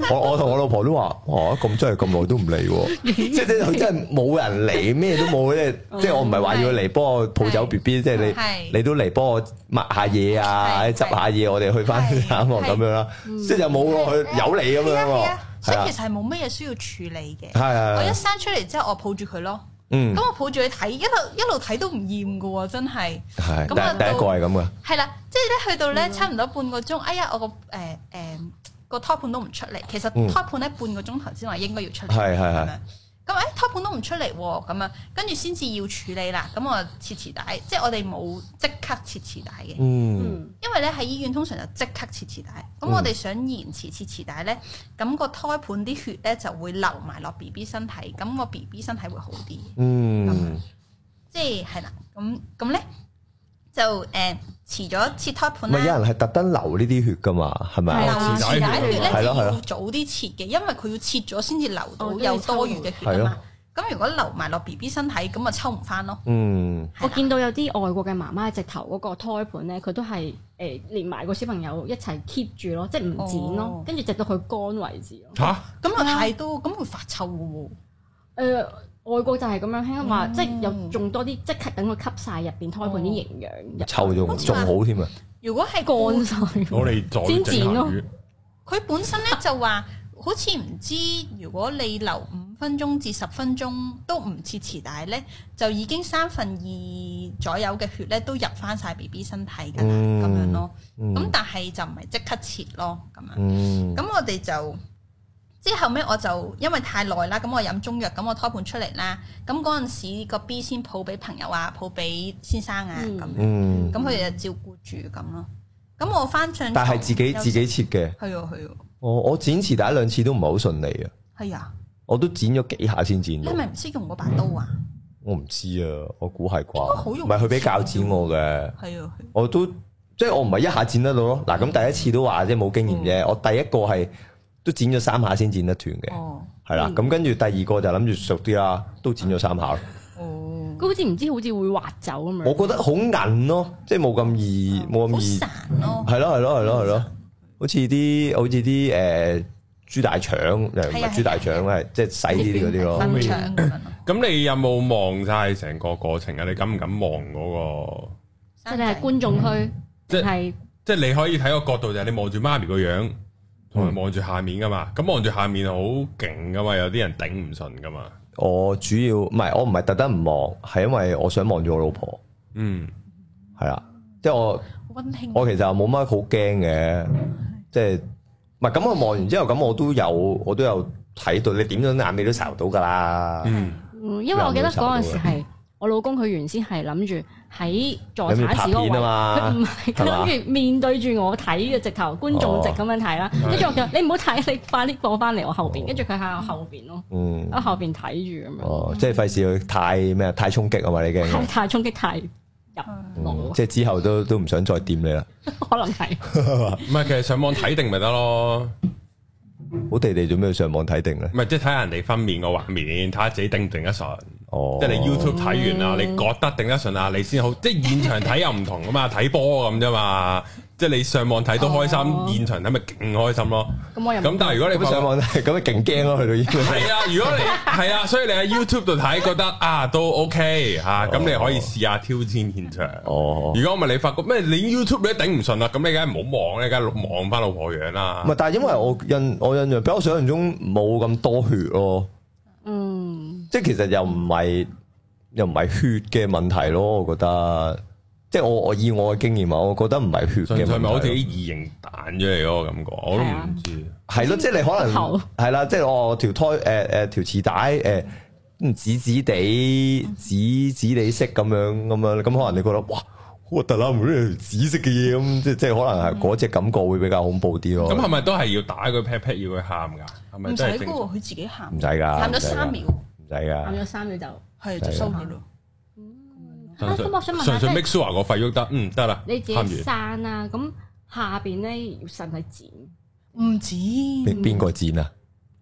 我我同我老婆都話：哇，咁真係咁耐都唔嚟 喎。即係即係佢真係冇人嚟，咩都冇即 係即係我哦唔係話要嚟幫我抱走 B B，即係係你你都嚟幫我抹下嘢啊，係執下嘢，我哋去翻係啱喎係咁樣啦，即嗯係就冇喎，佢有你咁樣係喎啊，，所以其實係冇乜嘢需要處理嘅。係啊我係一啊，生出嚟之後，我抱住佢咯。嗯咁我抱住佢睇，一路一路睇都唔厭噶喎，真係。係，咁啊第第一個係咁嘅，係啦，即係咧去到嗯咧差唔多半個鐘，哎呀，我個誒誒個胎盤都唔出嚟。其實嗯胎盤咧半個鐘頭之內應該要出嚟，係係咁係樣。咁誒胎盤都唔出嚟喎，咁樣跟住先至要處理啦。咁我切臍帶，即係我哋冇即刻切臍帶嘅，嗯嗯因為咧喺醫院通常就即刻切臍帶。咁嗯我哋想延遲切臍帶咧，咁個胎盤啲血咧就會流埋落 B B 身體，咁個 B B 身體會好啲。嗯即係係啦，咁咁咧就誒遲咗切胎盤咪有啦人。係特登流呢啲血㗎嘛，係咪係啊？啊流臍帶血咧係就咯係咯要早啲切嘅，因為佢要切咗先至流到哦都要有多餘嘅血抽啊喎嘛。咁如果流埋落 B B 身體，咁咪抽唔翻咯。嗯我哦見到有啲外國嘅媽媽直頭嗰個胎盤咧，佢都係誒連埋個小朋友一齊 keep 住咯，即係唔剪哦咯，跟住直到佢乾為止咯。吓咁啊太多，咁會發臭嘅喎。誒外國就係咁樣聽話，嗯即係有仲多啲即刻等佢吸晒入邊胎盤啲營養入，臭仲好似仲話好添啊，如果係乾半，晒。我哋再先整剪下咯魚佢本身咧就話，好似唔知如果你留五分鐘至十分鐘都唔切臍帶咧，就已經三分二左右嘅血咧都入翻晒 B B 身體㗎啦，嗯咁樣咯。咁嗯但係就唔係即刻切咯，咁樣。嗯咁我哋就之後尾我就因為太耐啦，咁我飲中藥，咁我胎盤出嚟啦。咁嗰陣時個 B 先抱俾朋友啊，抱俾先生啊嗯咁。嗯，咁佢哋就照顧住咁咯。咁我翻上床，但係自己自己切嘅，係啊係啊我我剪臍帶一兩次都唔係好順利啊。係啊，我都剪咗幾下先剪你到係，咪唔識用嗰把刀啊？我唔知啊，我估係應該好啩，用唔係佢俾教剪我嘅，係啊，係啊我都即係我唔係一下剪得到咯。嗱，嗯咁第一次都話即係冇經驗啫，我第一個係都剪咗三下先剪得斷嘅，哦係啦。咁跟住第二個就諗住熟啲啦，都剪咗三下咯。哦，佢好似唔知好似會滑走咁樣。我覺得好韌咯，即係冇咁易，冇咁嗯好易，散咯，係咯係咯係咯係咯，好似啲好似啲誒豬大腸誒唔係啊係豬大腸係即係細啲啲嗰啲咯。分腸咁樣咯。咁你有冇望晒成個過程啊？你敢唔敢望嗰個？即係你係生仔觀眾區，即定係即係你可以睇個角度就係你望住媽咪個樣，同嗯埋望住下面噶嘛。咁望住下面好勁噶嘛，有啲人頂唔順噶嘛。我主要唔係，我唔係特登唔望，係因為我想望住我老婆，嗯，係啦。即係我溫馨，我其實冇乜好驚嘅，即係唔係咁我望完之後，咁我都有我都有睇到，你點樣眼尾都睄到㗎啦。嗯，嗯因為我記得嗰陣時係我老公，佢原先係諗住喺助產士嗰個諗住拍片位，啊嘛佢唔係佢係嘛諗住面對住我睇嘅直頭觀眾席咁樣睇啦。跟住我叫你唔好睇，你快啲過翻嚟我後邊。跟住佢喺我後邊咯，嗯，喺後邊睇住咁樣，哦，即係費事佢太咩太衝擊啊嘛，你太驚。太衝擊太入嗯腦，即係之後都都唔想再掂你啦。 可能係唔係，其實上網睇定咪得咯。好地地做咩要上網睇定咧？唔係即係睇下人哋分娩個畫面，睇下自己頂唔頂得順。哦，即係你 YouTube 睇完嗯啦，你覺得頂得順啊，你先好。即係現場睇又唔同噶 嘛，睇波咁啫嘛。即係你上網睇都開哦心，現場睇咪勁開心咯。咁我又咁啊但係如果你咁上網睇， 咁咪啊勁驚咯，去到依家。係啊，如果你係啊，所以你喺 YouTube 度睇，覺得啊都 OK 吓、咁你可以試下挑戰現場。哦如果唔係你發覺咩，你 YouTube 你都頂唔順啦，咁你梗係唔好望咧，梗係望翻老婆樣啦唔係，。但係因為我印我印象比我想象中冇咁多血咯，嗯即係其實又唔係又唔係血嘅問題咯，我覺得。即係我我以我嘅經驗啊，我覺得唔係血嘅純粹問咪好似題咯。啲異形彈咗嚟嗰個感覺，我都唔知。係咯，即係你可能頭係啦，即係我條胎誒誒條臍帶誒嗯紫紫地紫紫地色咁樣咁樣，咁可能你覺得哇好核突啦，唔知條紫色嘅嘢咁，即即係可能係嗰只感覺會比較恐怖啲咯。咁係咪都係要打佢 pat pat 要佢喊㗎？係咪唔使真係嘅正喎，常？佢自己喊唔，使㗎，喊唔咗使㗎三秒，唔使㗎喊。咗三秒就啊！係就收咗咯。咁我想問下，純即粹係 make sure 個肺喐得，嗯得啦，你自喊己完生啦，咁下邊咧要使唔使剪？唔止，你邊個剪啊？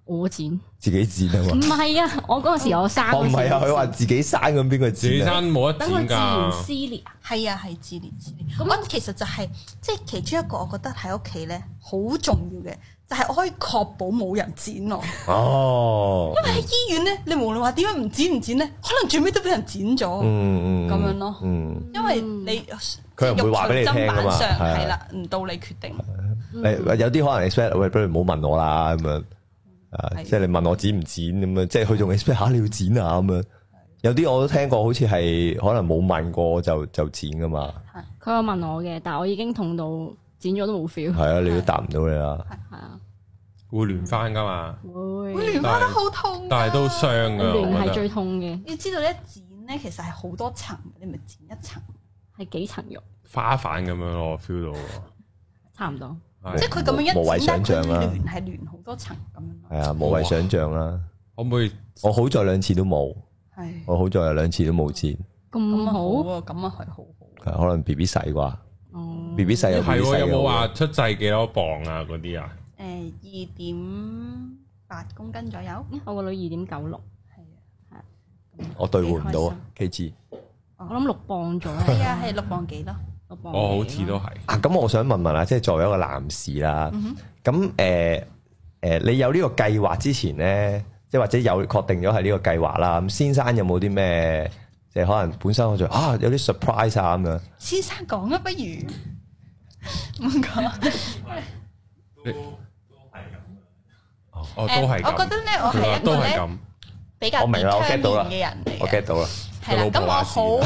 我剪？唔自己剪啊嘛。係啊，我嗰陣時我生哦，嗰唔時係啊，佢話自己生咁邊個自己剪啊？生冇得等佢剪自然㗎。撕裂啊！係啊，係自戀自戀。咁我其實就係即係其中一個，我覺得喺屋企咧好重要嘅，就係我可以確保冇人剪我。嗯哦，喺醫院咧，你無論話點樣唔剪唔剪咧，可能最尾都俾人剪咗，嗯嗯，咁樣咯嗯，因為你佢又唔會話俾你聽㗎嘛肉隨砧板上係啊係啦，唔到你決定。你有啲可能 expect 喂，不如唔好問我啦咁樣，啊，係嗯即係你問我剪唔剪咁樣，即係佢仲 expect 吓你要剪啊咁樣。有啲我都聽過，好似係可能冇問過就就剪噶嘛，佢有問我嘅，但我已經痛到剪咗都冇 feel，嗯係啊，你都答唔到你啦。係啊，會亂翻㗎嘛，會會連翻得好痛㗎，啊但係都傷㗎，亂我係覺得最痛嘅，你知道一剪咧，其實係好多層，你咪剪一層，係幾層肉，花瓣咁樣咯我，feel 到喎。差唔多。係即係佢咁樣無無謂一剪想咧，像啦啊佢亂係亂好多層咁樣係咯。啊，無謂想象啦。可唔可以？我好在兩次都冇，係我好在有兩次都冇剪，咁咁嗯啊好，好啊，咁啊係好好。可能 B B 細啩嗯哦，B B 細有 B 係 B 喎，細有嘅冇好話出世幾多磅啊？嗰啲啊，誒呃二點八公斤左右，我個女二點九六，係啊，我對換唔到啊，K G。我諗六磅 咗。哦係啊，係六磅幾咯。六磅幾咯。我哦好似都係。啊，咁我想問問啦，即係作為一個男士啦，嗯咁誒誒，你有呢個計劃之前咧，即係或者有確定咗係呢個計劃啦，咁先生有冇啲咩，即係可能本身我就啊有啲 surprise 啊咁樣，先生講啊，不如唔講。 哦，都係誒咁。我覺得咧，我係一都個係咧咁。比較我明啦我 get 到啦 determined 嘅人嚟我嘅 get。到啦，佢係啦，老咁婆我話事好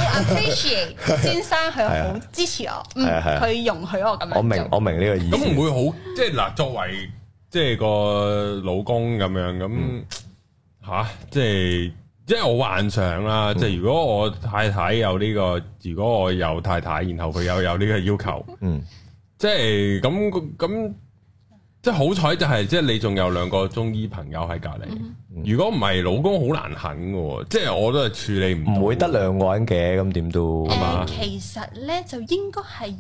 appreciate 先生，佢係啊好支持我，嗯，係啊係啊佢容許我咁樣做我明我明呢個意咁思。唔會好，即係嗱，作為即係個老公咁樣嗯咁吓，即係即係我幻想啦，嗯即係如果我太太有呢個，如果我有太太，然後佢有有呢個要求，嗯，即係咁咁，即係好彩就係即係你仲有兩個中醫朋友喺隔離。嗯嗯如果唔係，老公好難肯嘅喎，即係我都係處理唔到唔會得兩個人嘅，咁啊點都誒、嘛其實咧就應該係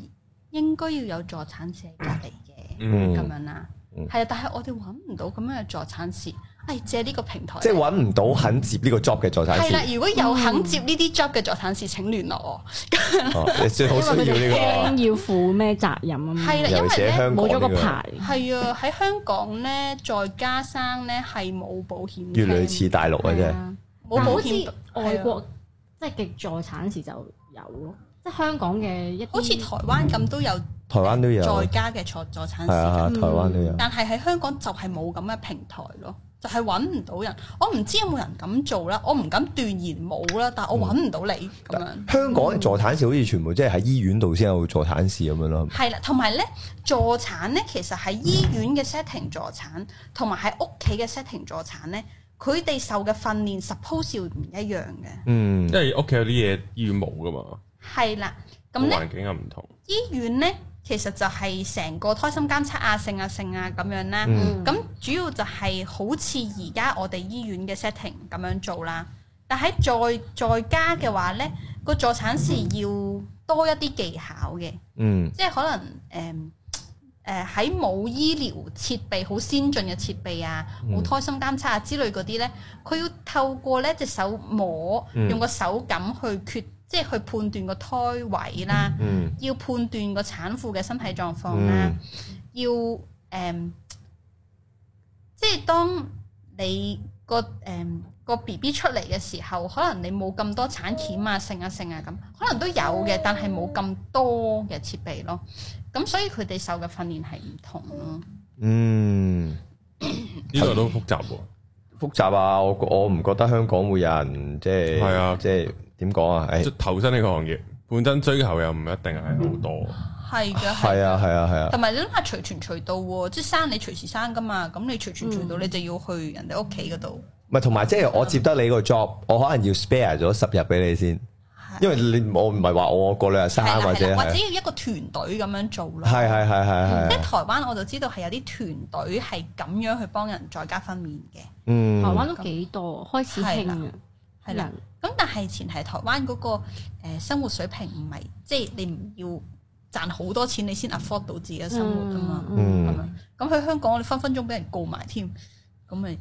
應該要有助產士喺隔離嘅嗯咁樣啦，係啊，但係我哋揾唔到咁樣嘅助產士，誒借呢個平台，即係揾唔到肯接呢個 job 嘅助產嗯係啦，士，如果有肯接呢啲 job 嘅助產士，請聯絡我，哦你最好需要因為佢呢哋啊驚要負咩責任啊嘛。係啦，嗯因尤為其是喺咧香港冇咗個呢個牌，係啊，喺香港咧在家生咧係冇保個，險，越嚟越似，大陸啊，係真係。啊冇但保好險似，外國即係啊極助產時就有咯，即係香港嘅一啲好似台灣咁都有台灣都有，啊在嗯係家嘅助助產士㗎啊，台灣都有。但係喺香港就係冇咁嘅平台咯，就係揾唔到人。我唔知有冇人咁做啦，我唔敢斷言冇啦，但嗯我揾唔到你咁樣。香港嘅助產士好似全部即係喺醫院度先有助產士咁樣咯，係啦，同埋咧助產咧，其實喺醫院嘅 setting 助產，同埋喺屋企嘅 setting 助產咧，佢哋受嘅訓練 suppose 要唔一樣嘅。嗯因，為屋企有啲嘢醫院冇噶嘛，係啦，個咁咧環境又唔同。醫院咧其實就係成個胎心監測啊、性啊、性啊咁樣啦。嗯咁主要就係好似而家我哋醫院嘅 setting 咁樣做啦，但喺在在家嘅話呢個助產士要多一啲技巧嘅，嗯即係可能誒誒、誒喺冇醫療設備好先進嘅設備啊，嗯冇胎心監測啊之類嗰啲咧，佢要透過咧隻手摸，嗯用個手感去決，即係去判斷個胎位啦，嗯要判斷個產婦嘅身體狀況啦。嗯要誒、嗯即係當你個誒、嗯個 B B 出嚟嘅時候，可能你冇咁多產鉗啊、剩啊、剩啊咁，可能都有嘅，但係冇咁多嘅設備咯。咁所以佢哋受嘅訓練係唔同咯。嗯。呢個都複雜喎。複雜啊！我我唔覺得香港會有人即係係啊即係點講啊？即誒係投身呢個行業，本身追求又唔一定係好多。係嘅，係嘅啊係啊係啊，同埋你諗下隨傳隨到喎，即係生你隨時生噶嘛，咁你隨傳隨到你就要去人哋屋企嗰度，唔係同埋即係我接得你個 job，我可能要 spare 咗十日俾你先，係因為你我唔係話我過兩日生係啦或係者啦，或者係要一個團隊咁樣做咯。係係係係啊即係係，台灣我就知道係有啲團隊係咁樣去幫人在家分娩嘅，嗯，台灣都幾多，開始興啊，係啦人。咁但係前提台灣嗰、個、呃、生活水平唔係，即係你唔要賺好多錢你先 afford 到自己嘅生活啊嘛。Ừ. 嗯咁樣咁喺香港我哋分分鐘俾人告埋添，咁咪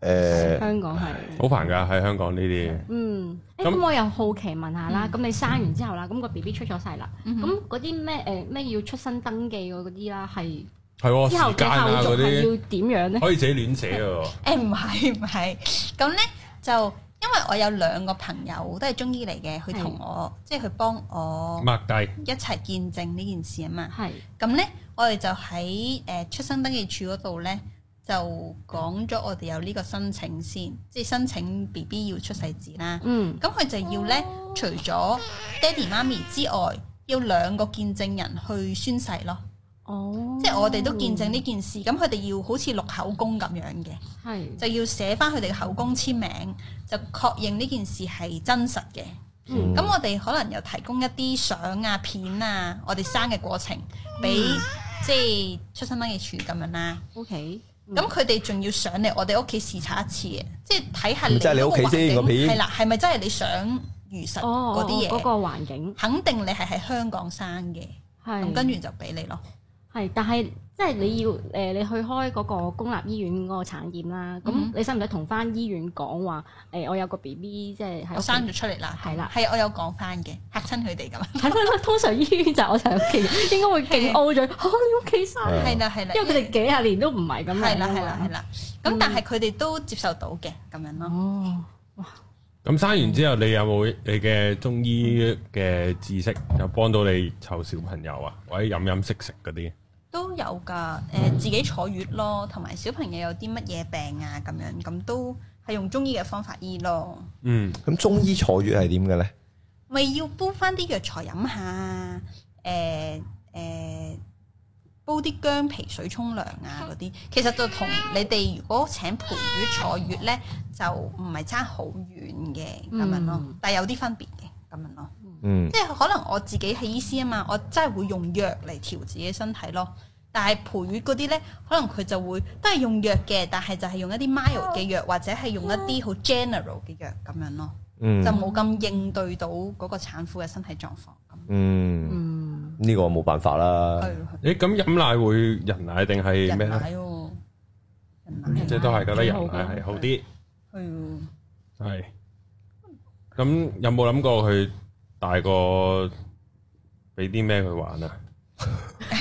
誒香港係。嗯好煩㗎喺香港呢啲。嗯，誒咁嗯咁我又好奇問下啦，咁你生完之後啦，咁個 B B 出咗世啦，咁嗰啲咩誒咩要出生登記嗰啲啦，係係喎，之後時嘅間啊嗰後續係啲要點樣咧？可以自己亂寫嘅喎。 誒唔係唔係，咁咧就因為我有兩個朋友都係中醫嚟嘅，佢同我即係佢幫我 mark 低一齊見證呢件事啊嘛。係咁咧，我哋就喺誒、呃出生登記處嗰度咧，就講咗我哋有呢個申請先，即係申請 B B 要出世紙啦。嗯咁佢就要咧，哦除咗爹哋媽咪之外，要兩個見證人去宣誓咯。哦，即係我哋都見證呢件事，咁佢哋要好似錄口供咁樣嘅，係就要寫翻佢哋嘅口供簽名，就確認呢件事係真實嘅。嗯咁我哋可能又提供一啲相啊、片啊，我哋生嘅過程俾嗯即係出生登記處咁樣啦。 OK，嗯咁佢哋仲要上嚟我哋屋企視察一次嘅，即係睇下咁即係你嗰屋企先個個環境片係啦，係咪真係你想如實哦嗰啲嗰個嘢？環境肯定你係喺香港生嘅，咁係跟住就俾你咯。係，但係即係你要誒、呃你去開嗰個公立醫院嗰個產檢啦，咁、嗯你使唔使同翻醫院講話誒？我有個 B B 即係喺我屋企生咗出嚟啦，係啦係我有講翻嘅，嚇親佢哋咁。係啦，通常醫院就係我就係屋企人，應該會勁 O 咗，嚇你屋企生，係係啦係啦，因為佢哋幾廿年都唔係咁樣啊嗯係啦㗎係啦嘛係啦，咁但係佢哋都接受到嘅咁樣咯。哦，咁生完之後，你有冇你嘅中醫嘅知識，就幫到你湊小朋友啊，或者飲飲食食嗰啲？都有㗎，誒、呃自己坐月咯，同埋小朋友有啲乜嘢病啊咁樣，咁都係用中醫嘅方法醫咯。嗯，咁中醫坐月係點嘅咧？咪要煲翻啲藥材飲下，誒、誒、煲啲薑皮水沖涼啊嗰啲，其實就同你哋如果請陪月坐月咧，就唔係差好遠嘅咁樣咯，嗯但係有啲分別嘅咁樣咯。嗯即係可能我自己係醫師啊嘛，我真係會用藥嚟調自己身體咯。但係陪月嗰啲咧，可能佢就會都係用藥嘅，但係就係用一啲 mild 嘅藥，或者係用一啲好 general 嘅藥咁樣咯，嗯就冇咁應對到嗰個產婦嘅身體狀況咁。ừ. 嗯，嗯，呢個冇辦法啦係，誒咁飲奶會人奶定係人咩咧？奶喎，人奶即係都係覺得人奶係係好啲。喎，係。咁有冇諗過佢大個俾啲咩佢玩啊？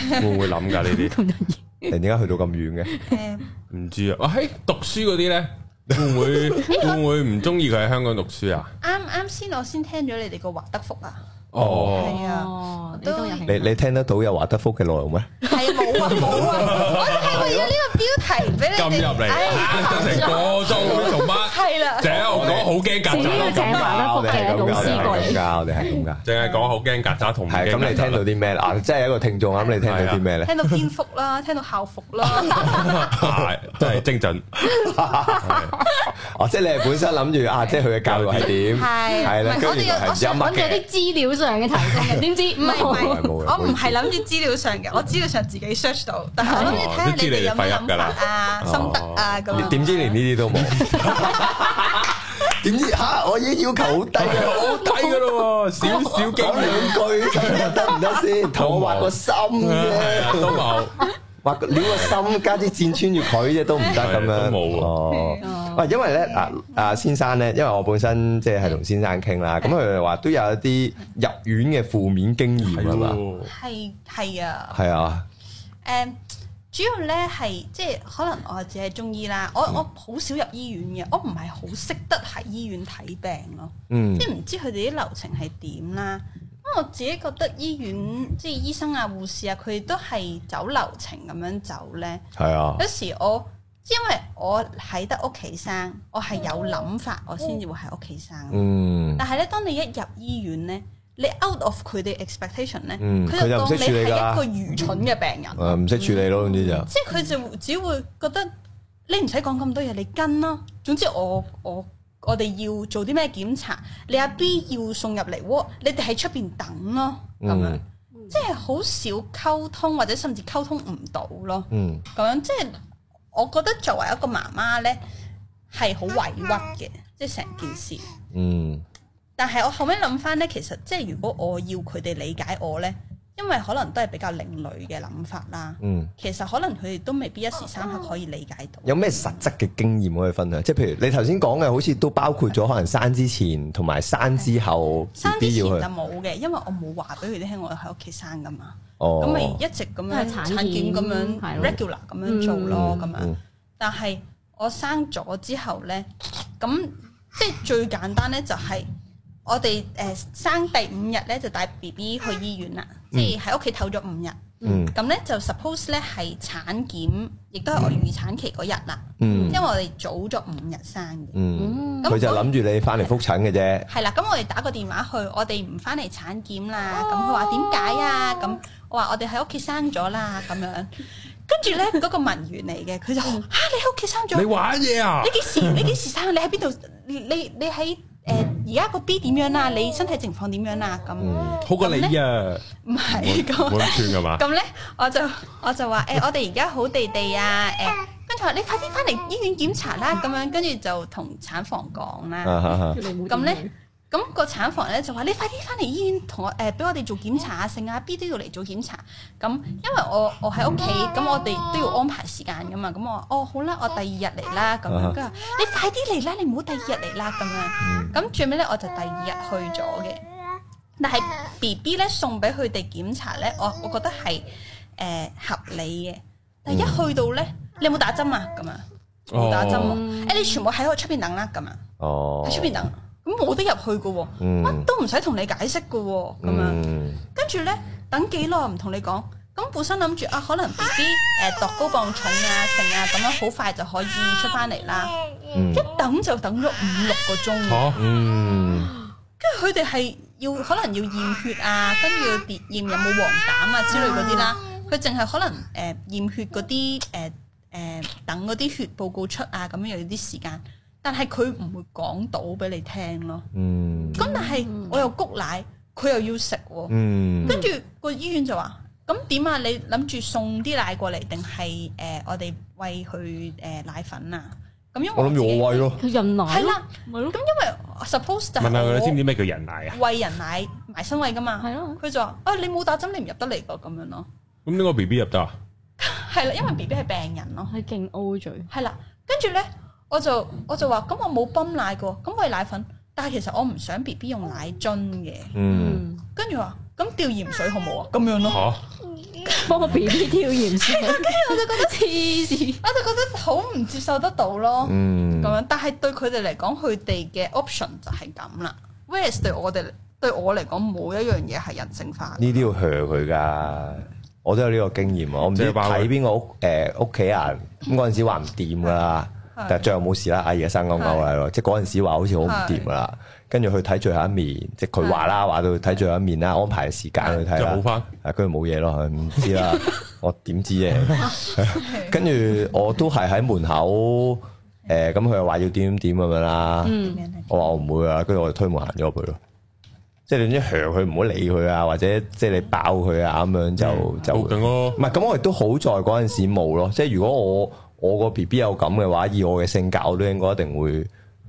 會唔會諗㗎呢啲？咁得意，突然間去到咁遠嘅，誒唔知啊。啊喺讀書嗰啲咧，會唔會會唔會唔中意佢喺香港讀書啊？啱啱先我先聽咗你哋個華德福啊，哦，係啊。哦，你都有興趣你你聽得到有華德福嘅內容咩？係冇啊冇啊！我就係為咗呢個標題俾你撳哋入嚟，啊都成個鐘做乜？係啦，淨係我講好驚曱死甴咯，啦請華德福嘅老師過我哋嚟，係咁㗎，我哋係咁㗎。淨係講好驚曱甴同唔係驚咁，你曱甴聽到啲咩啦？啊，即係一個聽眾咁，你聽到啲咩咧？聽到蝙蝠啦，聽到校服啦，係真係精準。哦，即係你係本身諗住啊，即係佢嘅教育係點？係係啦唔，係跟我住哋有係我音揾樂咗啲嘅，資料上嘅提供嘅，點知 唔唔係係唔冇冇係，冇我唔係諗住資料上嘅，我資料上自己 search 到，但係我諗住睇下哦都知你哋你有哋廢噏咩㗎諗法啦啊、哦心得啊咁樣。點知連呢啲都冇？ 點知吓我已經要求好低啊！好低噶咯，少少經 講驗兩句得唔得先？同我畫個心係啊 啫，都冇。畫個撩個心，加啲箭穿住佢啫，都唔得咁樣。係都冇喎哦哦，喂，因為咧啊啊先生咧，因為我本身即係同先生傾啦，咁佢哋話都有一啲入院嘅負面經驗啊嘛，喎係係啊，係啊，誒、主要咧係即係可能我只係中醫啦，我我好少入醫院嘅，我唔係好識得喺醫院睇病咯，嗯即係唔知佢哋啲流程係點啦。咁我自己覺得醫院即係醫生啊、護士啊，佢哋都係走流程咁樣走咧。係啊，有時我因為我喺得屋企生，我係有諗法，我先至會喺屋企生。嗯但係咧，當你一入醫院咧，你 out of 佢哋 expectation 咧，嗯佢、就佢就唔當你識處理係㗎嗯啦一個愚蠢嘅病人，誒唔識處理咯，總之就即係佢就只會覺得你唔使講咁多嘢，你跟咯。總之我我我哋要做啲咩檢查，你阿 B 要送入嚟喎，你哋喺出邊等咯，咁樣、嗯即係好少溝通，或者甚至溝通唔到咯。嗯咁樣即係我覺得作為一個媽媽咧，係好委屈嘅，即係成件事。嗯但係我後尾諗翻咧，其實即係如果我要佢哋理解我咧，因為可能都係比較另類嘅諗法啦。嗯，其實可能佢哋都未必一時三刻可以理解到。有咩實質嘅經驗可以分享？即係譬如你頭先講嘅，好似都包括咗可能生之前同埋生之後生之 BB 前要就去冇嘅，因為我冇話俾佢哋聽我喺屋企生噶嘛，哦，咁咪、一直咁樣都係產產檢檢咁樣係咯 regular 咁樣做咯，咁樣嗯。但係我生咗之後呢，咁即係最簡單呢，就係我哋誒、呃生第五日呢，就帶 B B 去醫院啦，即係喺屋企唞咗五日。嗯咁呢，就 suppose 呢係產檢，亦都係我預產期嗰日啦，嗯因為我哋早咗五日生嘅。嗯。嗯，咁佢就諗住你翻嚟覆診嘅啫。係啦，咁我哋打個電話去，我哋唔翻嚟產檢啦。咁佢話點解啊？咁我話我哋喺屋企生咗啦，咁樣。跟住呢，嗰、個文員嚟嘅，佢就嚇、啊、你喺屋企生咗你。玩嘢啊你？幾時？你幾時生？你喺邊度？你你你喺誒而家個 B 點樣啊？你身體情況點樣啊？咁好過你啊！唔係嗯冇咁咁算 噶嘛？咁咧，我就我就話誒、呃我哋而家好地地啊誒，跟住話你快啲翻嚟醫院檢查啦，咁樣跟住就同產房講啦。啊哈哈叫你唔好點咁咧佢，咁、個產房咧就話你快啲翻嚟醫院同我誒，俾、我哋做檢查啊，剩啊 B 都要嚟做檢查。咁因為我我喺屋企，咁我哋都要安排時間噶嘛。咁我話哦好啦，我第二日嚟啦咁啊樣。跟住話你快啲嚟啦，你唔好第二日嚟啦咁嗯樣。咁、最尾咧我就第二日去咗嘅。但係 B B 咧送俾佢哋檢查咧，我我覺得係誒、合理嘅。但嗯係一去到咧，你有冇打針啊？咁啊冇打針啊！誒、你全部喺我出邊等啦咁啊！嗯哦，喺出邊等，咁冇得入去嘅喎，嗯乜都唔使同你解釋嘅喎，咁啊樣嗯跟住咧等幾耐唔同你講，咁本身諗住啊，可能 B B 誒度高磅重啊、成啊咁樣，好快就可以出翻嚟啦，嗯一等就等咗五六個鐘喎，吓，嗯跟住佢哋係要可能要驗血啊，跟住要驗驗有冇黃疸啊之類嗰啲啦，佢淨係可能誒、呃、驗血嗰啲誒誒等嗰啲血報告出啊，咁樣又要啲時間，但係佢唔會講到俾你聽咯。嗯咁但係我又谷奶，佢又要食喎，嗯跟住個醫院就話：咁點啊？你諗住送啲奶過嚟，定係誒我哋餵佢誒奶粉啊？咁因為我諗住我餵喂咯，佢人奶係咯，啦，咪咯咁，因為我 suppose 就係問下佢你知唔知我咩叫人奶啊？餵人奶埋身餵噶嘛，係咯佢就話：啊你冇打針，你唔入得嚟個咁樣咯，咁呢個 B B 入得啊？係啦，因為 B B 係病人咯，係勁 O 嘴，係啦，跟住咧我就我就話：咁我冇泵奶個，咁餵奶粉，但係其實我唔想 B B 用奶樽嘅，嗯嗯，跟住話咁吊鹽水好冇啊？咁樣咯。吓，幫個 B B 跳鹽水， 我就覺得黐線，我就覺得好唔接受得到咯，咁、嗯樣。但係對佢哋嚟講，佢哋嘅 option 就係咁啦。Whereas 對我哋對我嚟講，冇一樣嘢係人性化嘅。呢啲要 h 佢噶，我都有呢個經驗啊！我唔即知係包佢睇邊個屋誒屋企人咁嗰陣時話唔掂噶啦，係但係最後冇事啦，阿爺生勾勾啦，咯即係嗰陣時話好似好唔掂噶啦，跟住去睇最後一面，即係佢話啦，話到睇最後一面啦，安排時間去睇就啦好，翻。啊佢冇嘢咯，唔知 啦，我點知啫？ 跟住我都係喺門口，誒咁佢又話要點點點咁樣啦。點嗯，樣咧我話我唔會啊，跟住我就推門行咗入去咯。即係你總之嚇佢，唔好理佢啊，或者即係你爆佢啊，咁樣就就好勁咯唔。係咁，我亦都好在嗰陣時冇咯。即係如果我我個 B B 有咁嘅話，以我嘅性格，我都應該一定會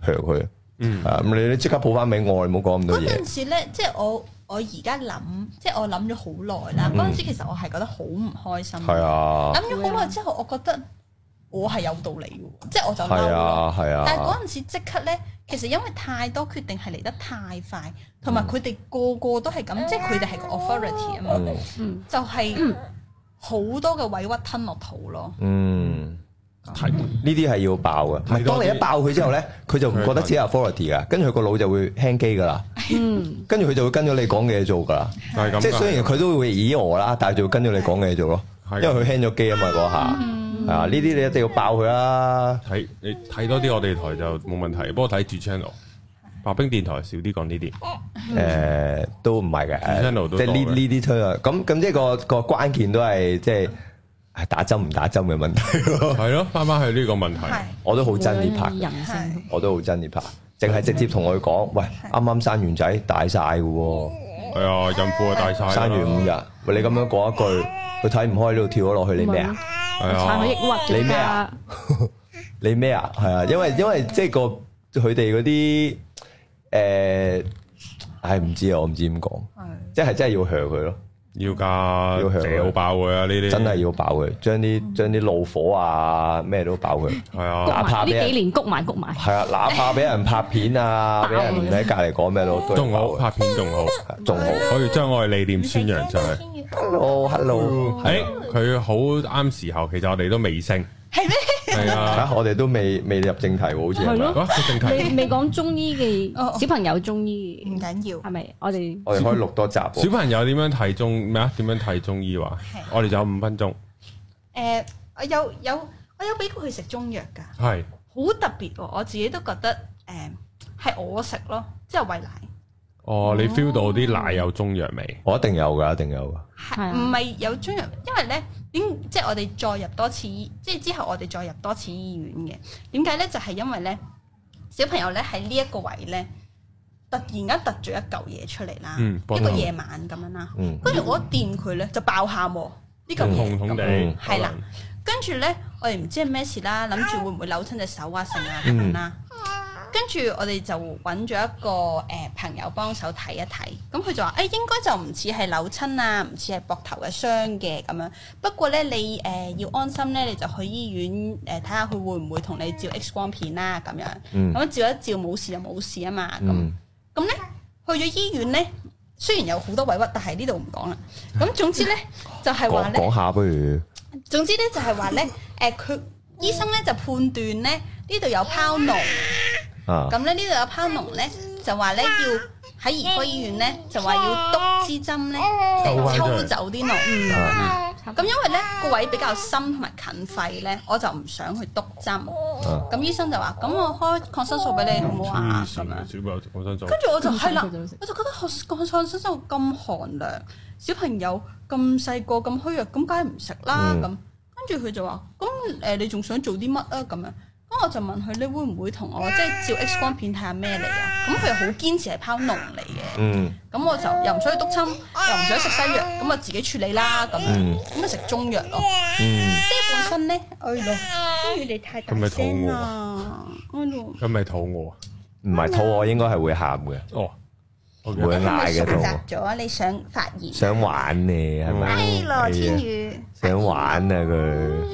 嚇佢。嗯啊咁你你即刻抱翻俾我，你唔好講咁多嗰嘢陣。時咧，即係我我而家諗，即係我諗咗好耐啦。嗰陣時其實我係覺得好唔開心。嗯係啊，諗咗好耐之後，我覺得我係有道理嘅喎，即係我就嬲係咯。啊，係但係啊嗰，陣時即刻咧，其實因為太多決定係嚟得太快，同嗯埋佢哋個個都係咁，即係佢哋係個 authority 啊嘛，嗯嗯，就係好多嘅委屈吞落肚咯。嗯。睇呢啲係要爆嘅，唔係睇多當啲你一爆佢之後咧，佢就唔覺得自己有 authority 噶，跟住佢個腦就會輕機噶啦，嗯，跟住佢就會跟咗你講嘅嘢做噶啦，就係咁㗎。啊即係雖然佢都會咦我啦，但係就會跟咗你講嘅嘢做咯，係㗎因為佢輕咗機啊嘛嗰下，係啊呢啲你一定要爆佢啦，睇你睇多啲我哋台就冇問題，不過睇主 channel。白冰電台少啲講呢啲，誒都唔係嘅 channel，都即係呢多嘅呢啲推啊，咁咁即係個個關鍵都係即係唉打針唔打針嘅問題 咯，係咯，翻翻去呢個問哦係題，我都好憎呢拍無論係嘅。人性係我都好憎呢排，淨係直接同佢講，喂，啱啱生完仔大晒嘅喎，係啊，孕婦啊大晒啦，生完五日，喂你咁樣講一句，佢睇唔開呢度跳咗落去，你咩啊？係太啊過抑，鬱嘅你咩啊？你咩啊？係啊，因哦為因為即係個佢哋嗰啲誒，唉唔知啊，我唔知點講，係即係真係要 h 佢咯，要噶要，向嚼爆佢啊呢啲，真係要爆佢，將嗯啲將啲怒火啊咩都爆佢。係啊谷。哪怕埋俾呢人幾年谷埋谷埋，係啊，哪怕俾人拍片啊，俾人喺隔離講咩都哦都要仲爆好佢，拍片仲好，仲好。可以將我哋理念宣揚出去。 Hello，hello，嗯誒，佢好啱時候，其實我哋都未升，係咩？係 啊，啊！我哋都未未入正題喎，好似係係咪咯嗰個正題，你未講中醫嘅哦小朋友中醫唔緊要係，咪？我哋我哋可以錄多集喎。小朋友點樣睇中咩啊？點樣睇中醫話係？我哋就有五分鐘，誒，我有有我有俾過佢食中藥㗎。係好特別喎！我自己都覺得誒係、我食咯，即係喂奶，哦，你 feel 到啲奶有中藥味，我一定有噶，一定有噶。係啊係唔係有中藥？因為咧點即係我哋再入多次醫，即係之後我哋再入多次醫院嘅。點解咧？就係、因為咧小朋友咧喺呢一個位咧，突然間突咗一嚿嘢出嚟啦，嗯啊一幫個手夜晚咁樣啦。嗯，跟住我一掂佢咧就爆喊喎，呢嚿痛嘢痛地咁。嗯，係啦跟住咧，我哋唔知係咩事啦，諗住會唔會扭親隻手啊、成啊咁樣啦。嗯跟住我哋就揾咗一個誒、呃朋友幫手睇一睇，咁佢就話：誒、應該就唔似係扭親啊，唔似係膊頭嘅傷嘅咁樣。不過咧，你誒、呃要安心咧，你就去醫院誒睇下佢會唔會同你照 X 光片啦、咁樣。嗯咁樣照一照冇事就冇事啊嘛。咁嗯，咁咧去咗醫院咧，雖然有好多委屈，但係呢度唔講啦。咁總之咧就係話講咧。講下不如。總之咧就係話咧，誒佢醫生咧就判斷咧呢度有拋膿，哦啊，咁咧呢度有拋膿咧就話咧要喺兒科醫院咧就話要篤支針咧抽返出抽嚟走啲膿。啊咁因為咧個位比較深同埋近肺咧，我就唔想去篤針。啊咁醫生就話：咁我開抗生素俾你好唔好啊？黐咁線樣啊！。小朋友講真咗，跟住我就咁係啦細個就食，我就覺得學抗抗生素咁寒涼，小朋友咁細個咁虛弱，咁梗係唔食啦嗯咁。跟住佢就話：咁誒，你仲想做啲乜啊？咁樣。咁我就問佢：你會唔會同我即係照 X 光片睇下咩嚟啊？咁佢又好堅持係拋膿嚟嘅。嗯咁我就又唔想去督針，又唔想食西藥，咁我啊自己處理啦咁樣嗯。咁咪食中藥咯。嗯，即係本身咧，哎呀，跟住你太大咁咪肚聲餓啦，哎呀。佢咪肚餓啊？唔係肚餓應該係會喊嘅，哦，OK，會係咪嗌嘅熟肚餓習，咗，你想發言？想玩你係咪？哎羅天係啊宇，想玩啊佢，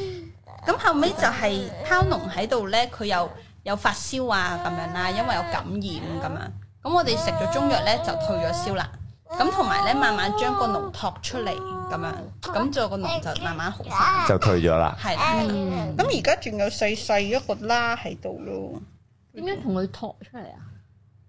咁後尾就係拋農喺度咧，佢又有發燒啊咁樣啦，因為有感染咁樣。咁我哋食咗中藥咧就退咗燒啦。咁同埋咧慢慢將個膿托出嚟咁樣，咁就個膿就慢慢好翻。就退咗啦。係啦，咁而家仲有細細一個啦喺度咯。點樣同佢托出嚟啊？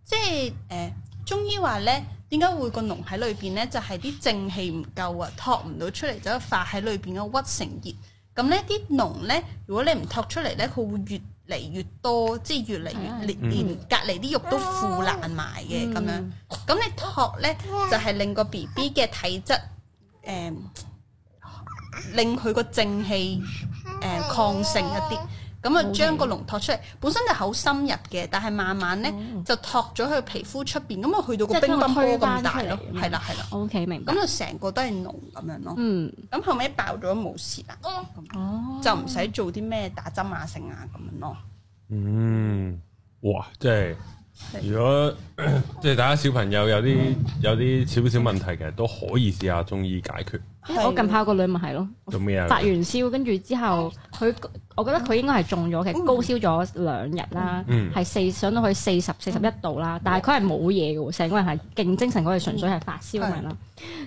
即係誒、呃中醫話咧，點解會個膿喺裏邊咧？就係、啲正氣唔夠啊，托唔到出嚟，就化喺裏邊嘅鬱成熱。咁咧啲膿咧，如果你唔托出嚟咧，佢會越嚟越多，即係越嚟越連嗯連隔離啲肉都腐爛埋嘅咁樣嗯。咁你托咧，就係、令個 B B 嘅體質誒、呃令佢個正氣誒、呃抗性一啲。咁啊，將個龍托出嚟，本身就好深入嘅，但係慢慢咧就托咗佢皮膚出邊，咁啊去到個即係乒將佢乓波推咁返大咯出，嚟係啦係啦， O K，明白咁。就成個都係膿咁樣咯。嗯，哦咁後尾爆咗冇事啦，咁就唔使做啲咩打針啊、剩啊咁樣咯。嗯，哇，即係如果 即係大家小朋友有啲有啲少少問題嘅，都可以試下中醫解決。因為我近排有個女咪係咯，做咩啊？發完燒跟住之後，佢我覺得佢應該係中咗嘅，嗯高燒咗兩日啦嗯，係四上到去四十四十一度啦，但係佢係冇嘢嘅喎，成個人係勁精神，佢係純粹係發燒咁樣啦。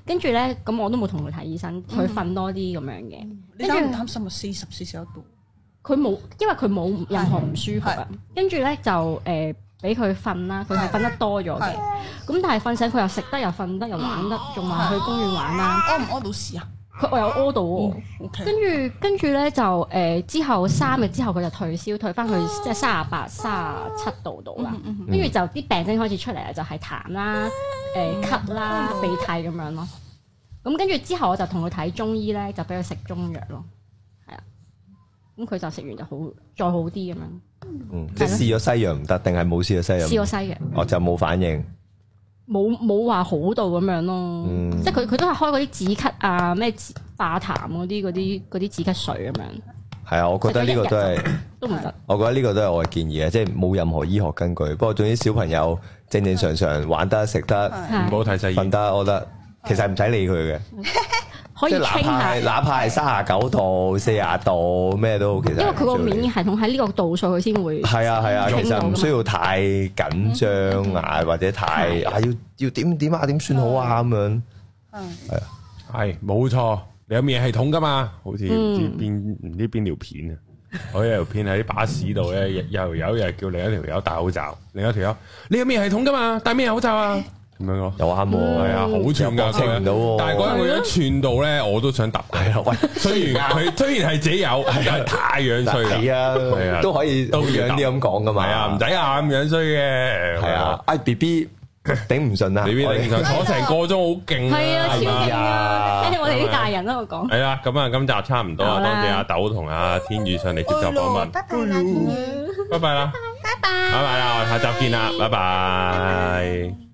跟住咧，咁我都冇同佢睇醫生，佢瞓多啲咁樣嘅。你擔唔擔心啊？四十四十一度，佢冇，因為佢冇任何唔舒服啊。跟住咧就誒俾佢瞓啦，佢係瞓得多咗嘅。係咁但係瞓醒佢又食得又瞓得又玩得，仲話去公園玩啦。屙唔屙到屎啊佢我有屙到喎。 ？O 跟 K，住跟住咧就誒、呃之後三日之後佢就退燒，退翻去即係三十八、三十七度度啦。跟住就啲病徵開始出嚟啦，就係、痰啦、誒、咳啦、鼻涕咁樣咯。咁跟住之後我就同佢睇中醫咧，就俾佢食中藥咯，係啊。咁佢就食完就好，再好啲咁樣。嗯即系试咗西藥唔得，定係啊冇試咗西藥？試過西藥，我就冇反應。冇冇話好到咁樣咯。嗯即係佢佢都係開嗰啲止咳啊、咩止化痰嗰啲嗰啲嗰啲止咳水咁樣，係啊，我覺得呢個都係。都唔得。我覺得呢個都係我嘅建議啊，即係冇任何醫學根據。不過總之小朋友正正常常玩得、食得、唔好睇西醫瞓。得，我覺得其實唔使理佢嘅。可以即係哪 train 怕下係。哪怕係三十九度、四十度咩都好，其實因為佢個唔需要理免疫系統喺呢個度數，佢先會係啊係啊，用其實唔到㗎需要太緊張啊，或者太啊要要點點啊點算好啊咁樣。嗯，係冇錯，你有免疫系統噶嘛？好似唔知嗯邊唔知邊條片啊！我有條片喺巴士度咧，又有又叫另一條友戴口罩，另一條友你有免疫系統噶嘛？戴咩口罩啊？嗯咁樣咯，又啱係喎，啊，好串噶，又駁稱唔到喎但係嗰日佢一串到咧，我都想揼佢。係啊喂，雖然佢雖然係自己有，但係太樣衰啦。係係啊啊，都可以都都要樣啲咁講噶係嘛。啊，唔使啊咁樣衰嘅。係啊，哎 B B 頂唔順啊，你邊我定哋想坐成個鐘好勁係啊，超係嘛勁啊！哎我哋啲大人喺度講，係啦，咁啊，今集差唔多好啊，啦多謝阿豆同阿天宇上嚟接受訪問。拜拜啦，天宇。拜拜啦，拜拜，拜拜啦，我哋下集見啦，拜拜。